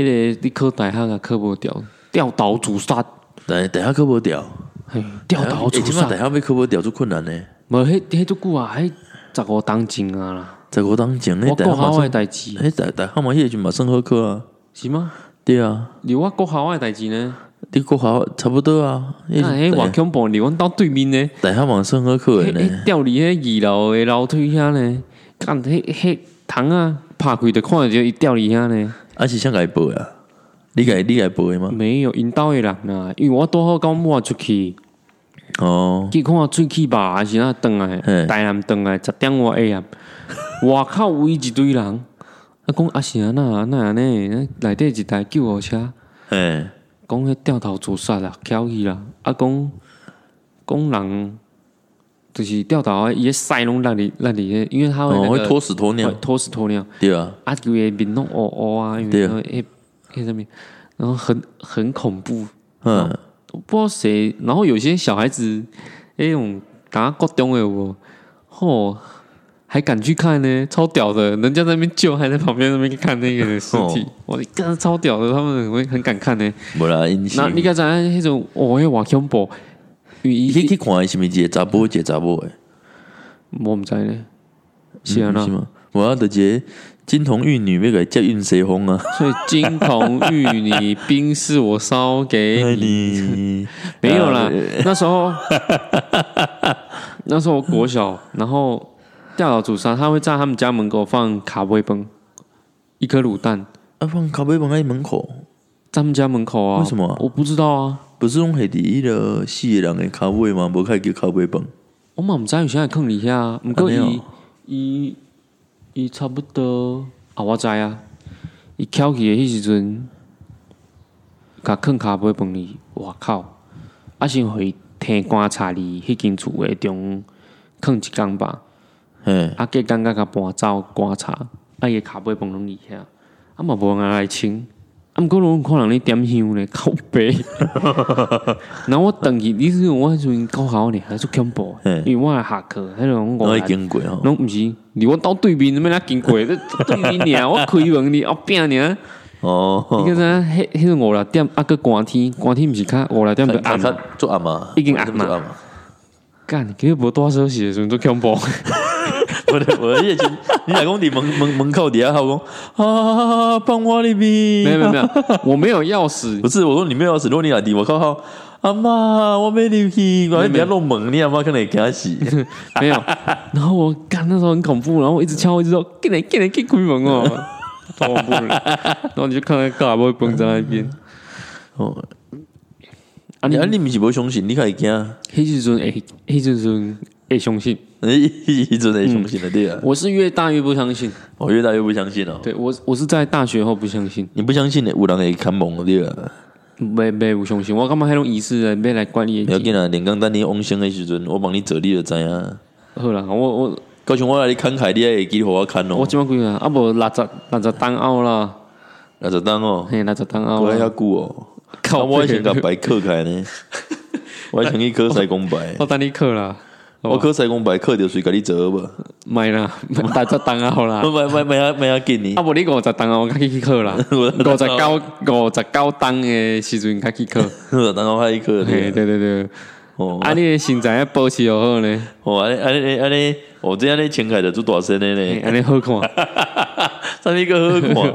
S2: 迄、个你考大学啊考无掉，掉头自杀，
S1: 等等下科波屌，
S2: 嘿，掉头自
S1: 哎今晚
S2: 杀
S1: 等，下被科波屌就困难呢、
S2: 无迄迄足久啊，迄十五当前啊啦，
S1: 在我当前，
S2: 我
S1: 那等
S2: 国
S1: 下马
S2: 校的
S1: 上，
S2: 代志
S1: 哎，等等下嘛，迄个就马上喝科啊，
S2: 是吗？
S1: 对啊。
S2: 你我国校的代志呢？
S1: 你国好差不多啊，
S2: 那迄
S1: 往
S2: 偌恐怖，你阮兜对面呢？
S1: 等下往上课课
S2: 迄
S1: 呢，
S2: 迄吊伫迄二楼的楼梯遐呢，干迄迄窗啊拍开就看着伊吊伫遐呢。
S1: 啊是谁给伊报啊？你给你给伊报的吗？
S2: 没有引导的人啦，因为我拄好讲抹出去，嗯
S1: 哦，
S2: 去看喙齿吧，还是哪转
S1: 嘿
S2: 来，台南转来十点外 A 啊，外口围一堆人，啊讲啊是啊那那安尼，内底一台救护车，
S1: 哎，
S2: 讲迄掉头自杀啦，翘去啦，啊讲讲人就是掉头的，伊个屎拢落伫落伫迄，因为他会
S1: 哦，
S2: 那
S1: 会
S2: 个
S1: 拖屎拖尿
S2: 会，拖屎拖尿。
S1: 对啊，
S2: 啊，规个面拢乌乌啊，因
S1: 对
S2: 为那迄迄什么，然后很很恐怖，
S1: 嗯，
S2: 我不知道谁。然后有些小孩子，那种打国中的我，吼、哦还敢去看呢，超屌的！人家在那边救，还在旁边那边看那个人的尸体，
S1: 哦
S2: 我干超屌的，他们很很敢看呢。
S1: 无啦，因是
S2: 那你敢知影迄种哦，迄哇恐怖，因为
S1: 你去
S2: 伊
S1: 去看伊是毋是一个查甫一个查某诶，
S2: 我毋知道呢，是啊
S1: 嗯
S2: 呐
S1: 是。吗？我要一个金童玉女要给伊接运西风啊，
S2: 所以金童玉女，冰是我烧给
S1: 哎
S2: 你。
S1: 你
S2: 没有
S1: 呃
S2: 啦，那
S1: <laughs>
S2: 时候那时候我国小，然后吊老祖上，他会在他们家门口放卡威崩，一颗卤蛋，
S1: 啊放咖啡放在门口，
S2: 在他们家门口啊。
S1: 为什么啊
S2: 我不知道啊，
S1: 不是拢系伫迄个四个人诶咖啡吗？无开叫咖啡放，
S2: 我嘛唔知有啥会坑你遐，毋过
S1: 安尼
S2: 伊
S1: 哦
S2: 伊伊差不多啊，我知啊，伊翘起的迄时阵，甲坑卡尾饭里，我靠，啊先互伊天光查理迄间厝的中坑一工吧。
S1: 嘿，
S2: 啊，计感觉甲搬走观察，啊，伊骹尾饭拢伫遐，啊嘛无人来清，啊，毋过拢看人咧点香咧，靠
S1: <laughs>
S2: 背。然后我等去，你是我迄阵高考呢，还是恐怖啊
S1: 嘿？
S2: 因为我的下课，迄种
S1: 我
S2: 我
S1: 已经过吼，
S2: 拢毋是，离我到对面，要哪经
S1: <laughs>
S2: 过？这对面尔，我开门哩，后壁尔。你
S1: 哦，
S2: 知影迄迄阵五六点，啊，佮寒天，寒天毋是较五六点就暗，
S1: 做暗嘛，
S2: 已经暗嘛
S1: 做嘛。
S2: 干，今日无带手洗的时阵足恐怖。
S1: <laughs> 我的我的前，你老公伫门门门口底下，他讲啊，帮我那
S2: 没有
S1: 边，
S2: 没有没有，我没有钥
S1: <laughs>
S2: 匙，
S1: 不是我说你没有钥匙，如果你老弟，我靠靠，阿妈，我没入去，我底下弄门，你阿妈可能会惊 <laughs> 死，
S2: 没有。然后我干那时候很恐怖，然后我一直敲，我一直说进来进来进来开门哦，嗯 <laughs> 超恐嗯怖的。然后你就看到干嘛会蹦在那边，
S1: 哦，啊，你啊，嗯你毋是无相信，你较会惊，
S2: 黑时阵诶，黑时阵诶，哎相信
S1: 你迄阵会相信的对啊。
S2: 我是越大越不相信，
S1: 我越大越不相信哦。
S2: 对我我是在大学后不相信，
S1: 你不相信的，有人会看懵的对啊。
S2: 没没不相信，我感觉迄种仪式人要来管理
S1: 不要
S2: 的。
S1: 紧啊，连刚等你往生的时阵，我帮你做，你就知影。
S2: 好啦，我我
S1: 高雄我来你看开，你也会记互我看
S2: 我
S1: 哦。
S2: 即摆几啊？啊无六十六十单奥啦，
S1: 那就当哦，
S2: 嘿，六十单奥
S1: 我还
S2: 啦。
S1: 遐久哦。
S2: 靠
S1: 啊我以前甲
S2: 背
S1: 白刻开
S2: <laughs>
S1: 呢，我以前去刻西公白，
S2: 我等你去啦，
S1: 我刻西公白刻着随甲你做无？
S2: 买 <laughs> 啦，六十单奥
S1: <laughs>
S2: 啦。
S1: 买买买啊买啊，紧你 <laughs>
S2: 啊，无你五十单啊，我较去考啦。五十九五十九单的时阵较去考。
S1: 然后还一刻
S2: 嘿，对对对，
S1: 哦，
S2: 啊，你的身材要保持好
S1: <laughs>
S2: 好呢，
S1: 哦，安尼安尼安尼，我这样咧穿起来就做大身的
S2: 嘿啊
S1: 咧，
S2: 安尼好看，
S1: 上面个
S2: <laughs>
S1: 好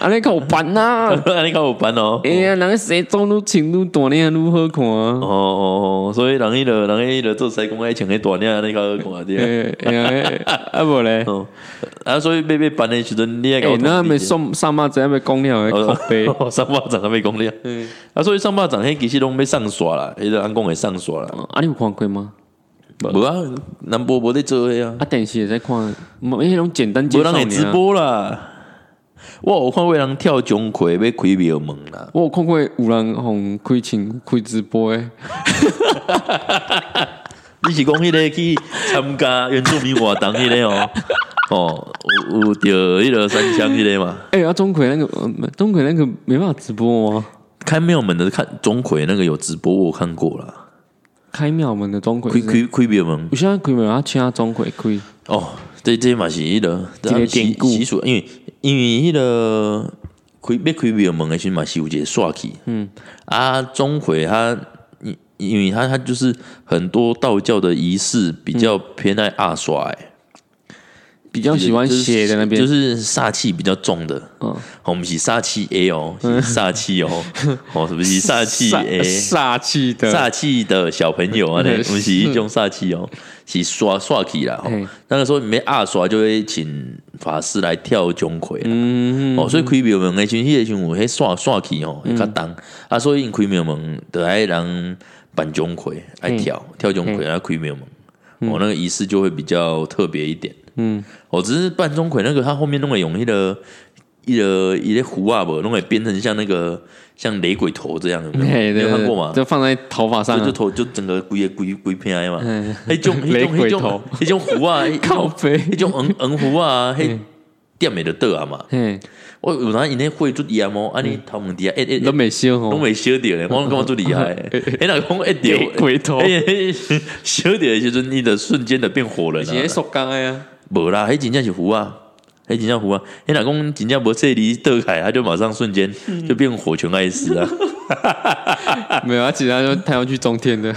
S2: 安尼较有扮啊。
S1: <laughs> 看，安尼较有班哦。
S2: 哎呀，人西装愈穿愈大领愈好看啊。
S1: 哦哦，哦，所以人迄个人迄个做西公爱穿迄大领安尼较好看对啊。
S2: 诶，哎呀，啊无咧，
S1: 哦，啊，所以要要办的时阵，你也
S2: 哎，那没上上马子还没讲了，
S1: 哦
S2: 靠背。
S1: <laughs> 哦上巴掌还没讲了。啊，所以上巴掌迄其实拢要上刷啦，迄个安讲会上刷啦。
S2: 啊，你有看过吗？
S1: 无啊，南波无咧做迄啊，
S2: 啊，电视也在看，没迄种简单介
S1: 无
S2: 绍
S1: 人会直
S2: 尔啊。
S1: 播啦。我有看过人跳钟馗要开庙门啦，
S2: 我有看过有人红开情开直播诶，
S1: 你是讲迄个去参加原住民活动迄个 <laughs> 哦？哦，有有着迄个三枪迄个嘛？
S2: 哎、啊，钟馗那个，呃钟馗那个没办法直播哦吗？
S1: 开庙门的看钟馗那个有直播，我有看过啦。
S2: 开庙门的钟馗
S1: 开
S2: 是，
S1: 开开庙门
S2: 我现在开门要请钟馗开，
S1: 哦，这这嘛是迄、那个啊
S2: 一个典故
S1: 习习俗，因为因为迄、个开要开庙门的时候嘛是有一个煞气，嗯啊，钟馗他因因为他他就是很多道教的仪式比较偏爱阿煞、欸，
S2: 嗯比较喜欢写在那边，
S1: 就是是煞气比较重的。
S2: 嗯
S1: 嗯，我们是煞气 A 哦，是煞气
S2: <laughs>
S1: 哦，哦，什么是煞气 A？
S2: 煞气的，
S1: 煞气的小朋友啊，那
S2: 嗯
S1: 我们是一种煞气哦，是刷刷气啦。吼
S2: 嘿
S1: 那个时候你没二刷，就会请法师来跳钟馗啦。
S2: 嗯，
S1: 哦，所以开庙门的时候，迄个时候有迄刷刷气吼，会较重啊，所以因开庙门就爱人扮钟馗爱跳跳钟馗，然后开庙门，哦，那个仪式就会比较特别一点。嗯，哦，只是扮钟馗那个，他后面弄会用迄个。一个一个胡啊，不，弄会编成像那个像雷鬼头这样，有没有？
S2: 嘿，
S1: 你
S2: 对
S1: 有看过吗？
S2: 对就放在头发上、
S1: 就就
S2: 啊，
S1: 头就整个规个规规片的嘛，
S2: 嗯
S1: 迄种迄
S2: 雷
S1: 种迄
S2: 鬼
S1: 种
S2: 头
S1: 迄种壶啊，
S2: 靠
S1: 迄
S2: 背，
S1: 种黄黄壶啊，迄店面就倒啊嘛。
S2: 嘿，
S1: 我有当因迄火做盐哦，啊你头毛底下一一
S2: 都没修哦吼
S1: 拢，未烧着咧，我感觉最厉害的。哎，若讲一
S2: 雷
S1: 掉
S2: 鬼头
S1: 哎烧着的时阵，你的瞬间就变火人
S2: 哎直接
S1: 啊。
S2: 塑胶的啊，
S1: 无啦，迄真正是壶啊，迄真正壶啊，迄若讲真正无这里倒开，他就马上瞬间就变火拳爱斯啊。
S2: 没有，他啊其实他就他要去中天 <laughs> 的，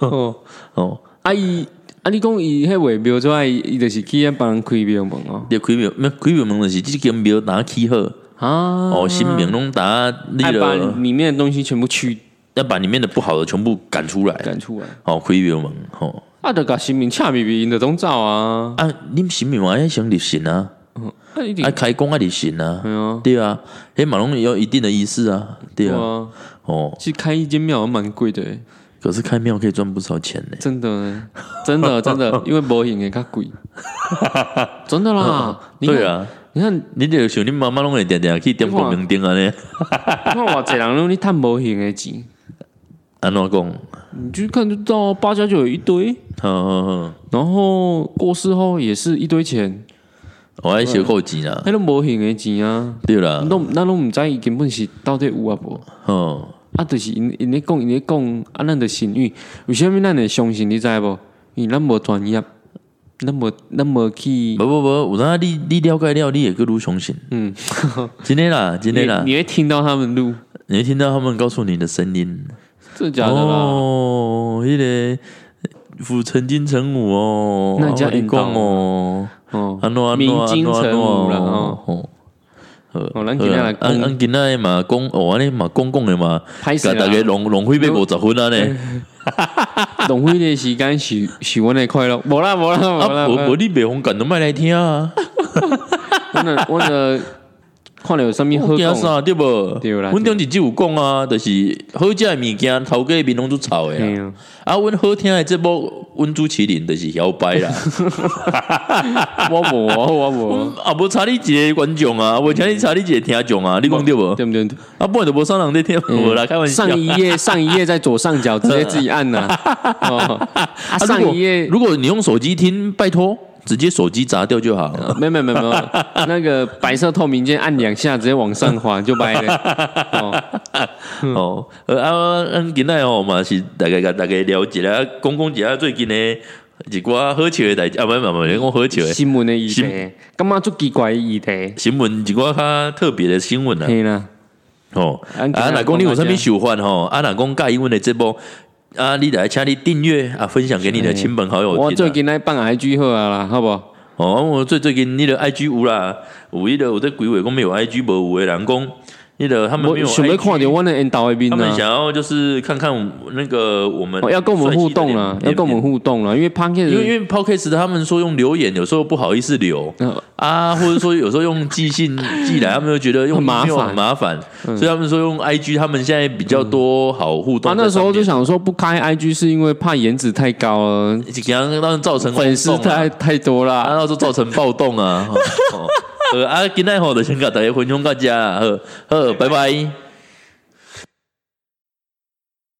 S2: 哦，
S1: 哦，
S2: 啊伊，啊你讲伊迄画庙之外，伊伊就是去遐帮人开庙门哦，
S1: 你开庙，没开庙门就是即间庙打起好。
S2: 啊，
S1: 哦，新民拢打那
S2: 爱把
S1: 个，
S2: 里面的东西全部去
S1: 要把里面的不好的全部赶出来。
S2: 赶出来。
S1: 哦，开庙门，哦，
S2: 啊，就甲新民赤咪咪因着拢走啊，
S1: 啊，恁新民嘛要先入神啊，
S2: 啊，一定
S1: 爱开工爱入神啊，
S2: 啊，
S1: 对啊，迄嘛拢有一定的仪式啊，对
S2: 对
S1: 啊，
S2: 啊，
S1: 哦，
S2: 其实开一间庙还蛮贵的欸，
S1: 可是开庙可以赚不少钱呢。
S2: 真的欸，真的 <laughs> 真的，因为无形的较贵，真的 <laughs> 啦，你看
S1: 对，啊，
S2: 你看
S1: 你
S2: 你
S1: 就想恁妈妈拢会定定去点光明灯啊呢？
S2: 看偌济人拢咧趁无形的钱，
S1: 安怎讲？哦
S2: 你去看就知道啊，八家就有一堆，
S1: 好好好，
S2: 然后过世后也是一堆钱，
S1: 哦我爱小扣钱啦，
S2: 迄拢无形的钱啊，
S1: 对啦，
S2: 拢咱拢毋知伊根本是到底有啊无。
S1: 哦，
S2: 啊，就是因因咧讲，因咧讲啊，咱的信誉，为什物咱会相信？你知无？因为咱无专业，咱无咱无去
S1: 不，不不，有当你你了解了，你也更如相信。嗯，真的啦，真的
S2: 你
S1: 啦，
S2: 你会听到他们录，
S1: 你会听到他们告诉你的声音。
S2: 真的假的啦？
S1: 哦，迄、个府城金城武哦，
S2: 那你这
S1: 家
S2: 样
S1: 一
S2: 引导
S1: 讲哦，
S2: 哦，
S1: 安诺安
S2: 明
S1: 诺
S2: 金城武啦
S1: 哦。
S2: 哦，咱今天来
S1: 按
S2: 讲
S1: 啊
S2: 啊
S1: 按今仔的嘛讲，哦，安尼嘛讲讲的嘛，
S2: 拍摄
S1: 甲大家
S2: 啦，
S1: 浪浪费要五十分啊
S2: 嗯
S1: 呢，
S2: 浪费的时间是是阮的快乐，无啦无啦无
S1: 啊，
S2: 啦
S1: 无
S2: 无
S1: 无
S2: 啦，
S1: 你袂红感都莫来听啊，
S2: 我的我的看了有上面喝
S1: 我惊
S2: 动，
S1: 啥对不？
S2: 对啦
S1: 阮中一就有讲啊，就是好食的物件，头家面拢做炒的
S2: 嘿
S1: 啊。
S2: 啊，
S1: 啊，阮好听的节目，阮朱麒麟就是摇摆啦。
S2: 我无啊，我无
S1: 阮啊，无查你一个观众啊，无请你查你一个听众啊，你讲对
S2: 啊，
S1: 无？
S2: 嗯对不对？嗯
S1: 啊，不然就无上人在听无啦，开玩笑。
S2: 上一页，上一页在左上角，直接自己按
S1: <laughs>
S2: 呐。哦，啊，
S1: 啊
S2: 上
S1: 如果
S2: 一页
S1: 如果你用手机听，拜托直接手机砸掉就好了。
S2: 没有没有没
S1: <laughs>
S2: 有没有，那个白色透明键按两下，直接往上滑就掰
S1: <laughs>
S2: 了。哦，
S1: 哦，呃啊，咱今仔吼嘛是大概甲大家了解啦，讲讲一下最近的一寡好笑的代志，啊，不不不，你讲好笑的
S2: 新闻的议题，干嘛做奇怪的议题？
S1: 新闻，一寡较特别的新闻啊。
S2: 嘿啦，
S1: 吼，
S2: 咱今仔
S1: 啊，若讲你有啥
S2: 讲
S1: 物
S2: 到
S1: 想法吼，啊，若讲介英文的节目，啊，你来请你订阅啊，分享给你的亲朋好友
S2: 我
S1: 听
S2: 最
S1: 啊。
S2: 近来办 IG 好啊啦，好不好？
S1: 哦，我最最近你的 IG 有啦，有迄个有在鬼话讲没有 IG 无有的人讲，迄个他们没
S2: 我
S1: 有
S2: 想要
S1: IG，
S2: 看到啊我的 N 导的面
S1: 他们
S2: 啊。
S1: 想要就是看看那个我们
S2: 哦，要跟我们互动
S1: 啊
S2: 啦，，要跟我们互动啊啦，因为 p a n k
S1: 因为因为 podcast 他们说用留言，有时候不好意思留
S2: 嗯呃
S1: 啊，或者说有时候用寄信寄
S2: <laughs>
S1: 来，他们又觉得用
S2: 很麻
S1: email
S2: 烦嗯
S1: 很麻烦，所以他们说用 IG，他们现在比较多好互动
S2: 啊，
S1: 在上面。
S2: 那时候就想说不开 IG 是因为怕颜值太高了，
S1: 就给他让造成
S2: 粉丝
S1: 轰动啊
S2: 太太多
S1: 啊，
S2: 啦。
S1: 到时候造成暴动啊。哦哦呃啊，今天吼就先跟大家分享到这啦，好，好，拜拜。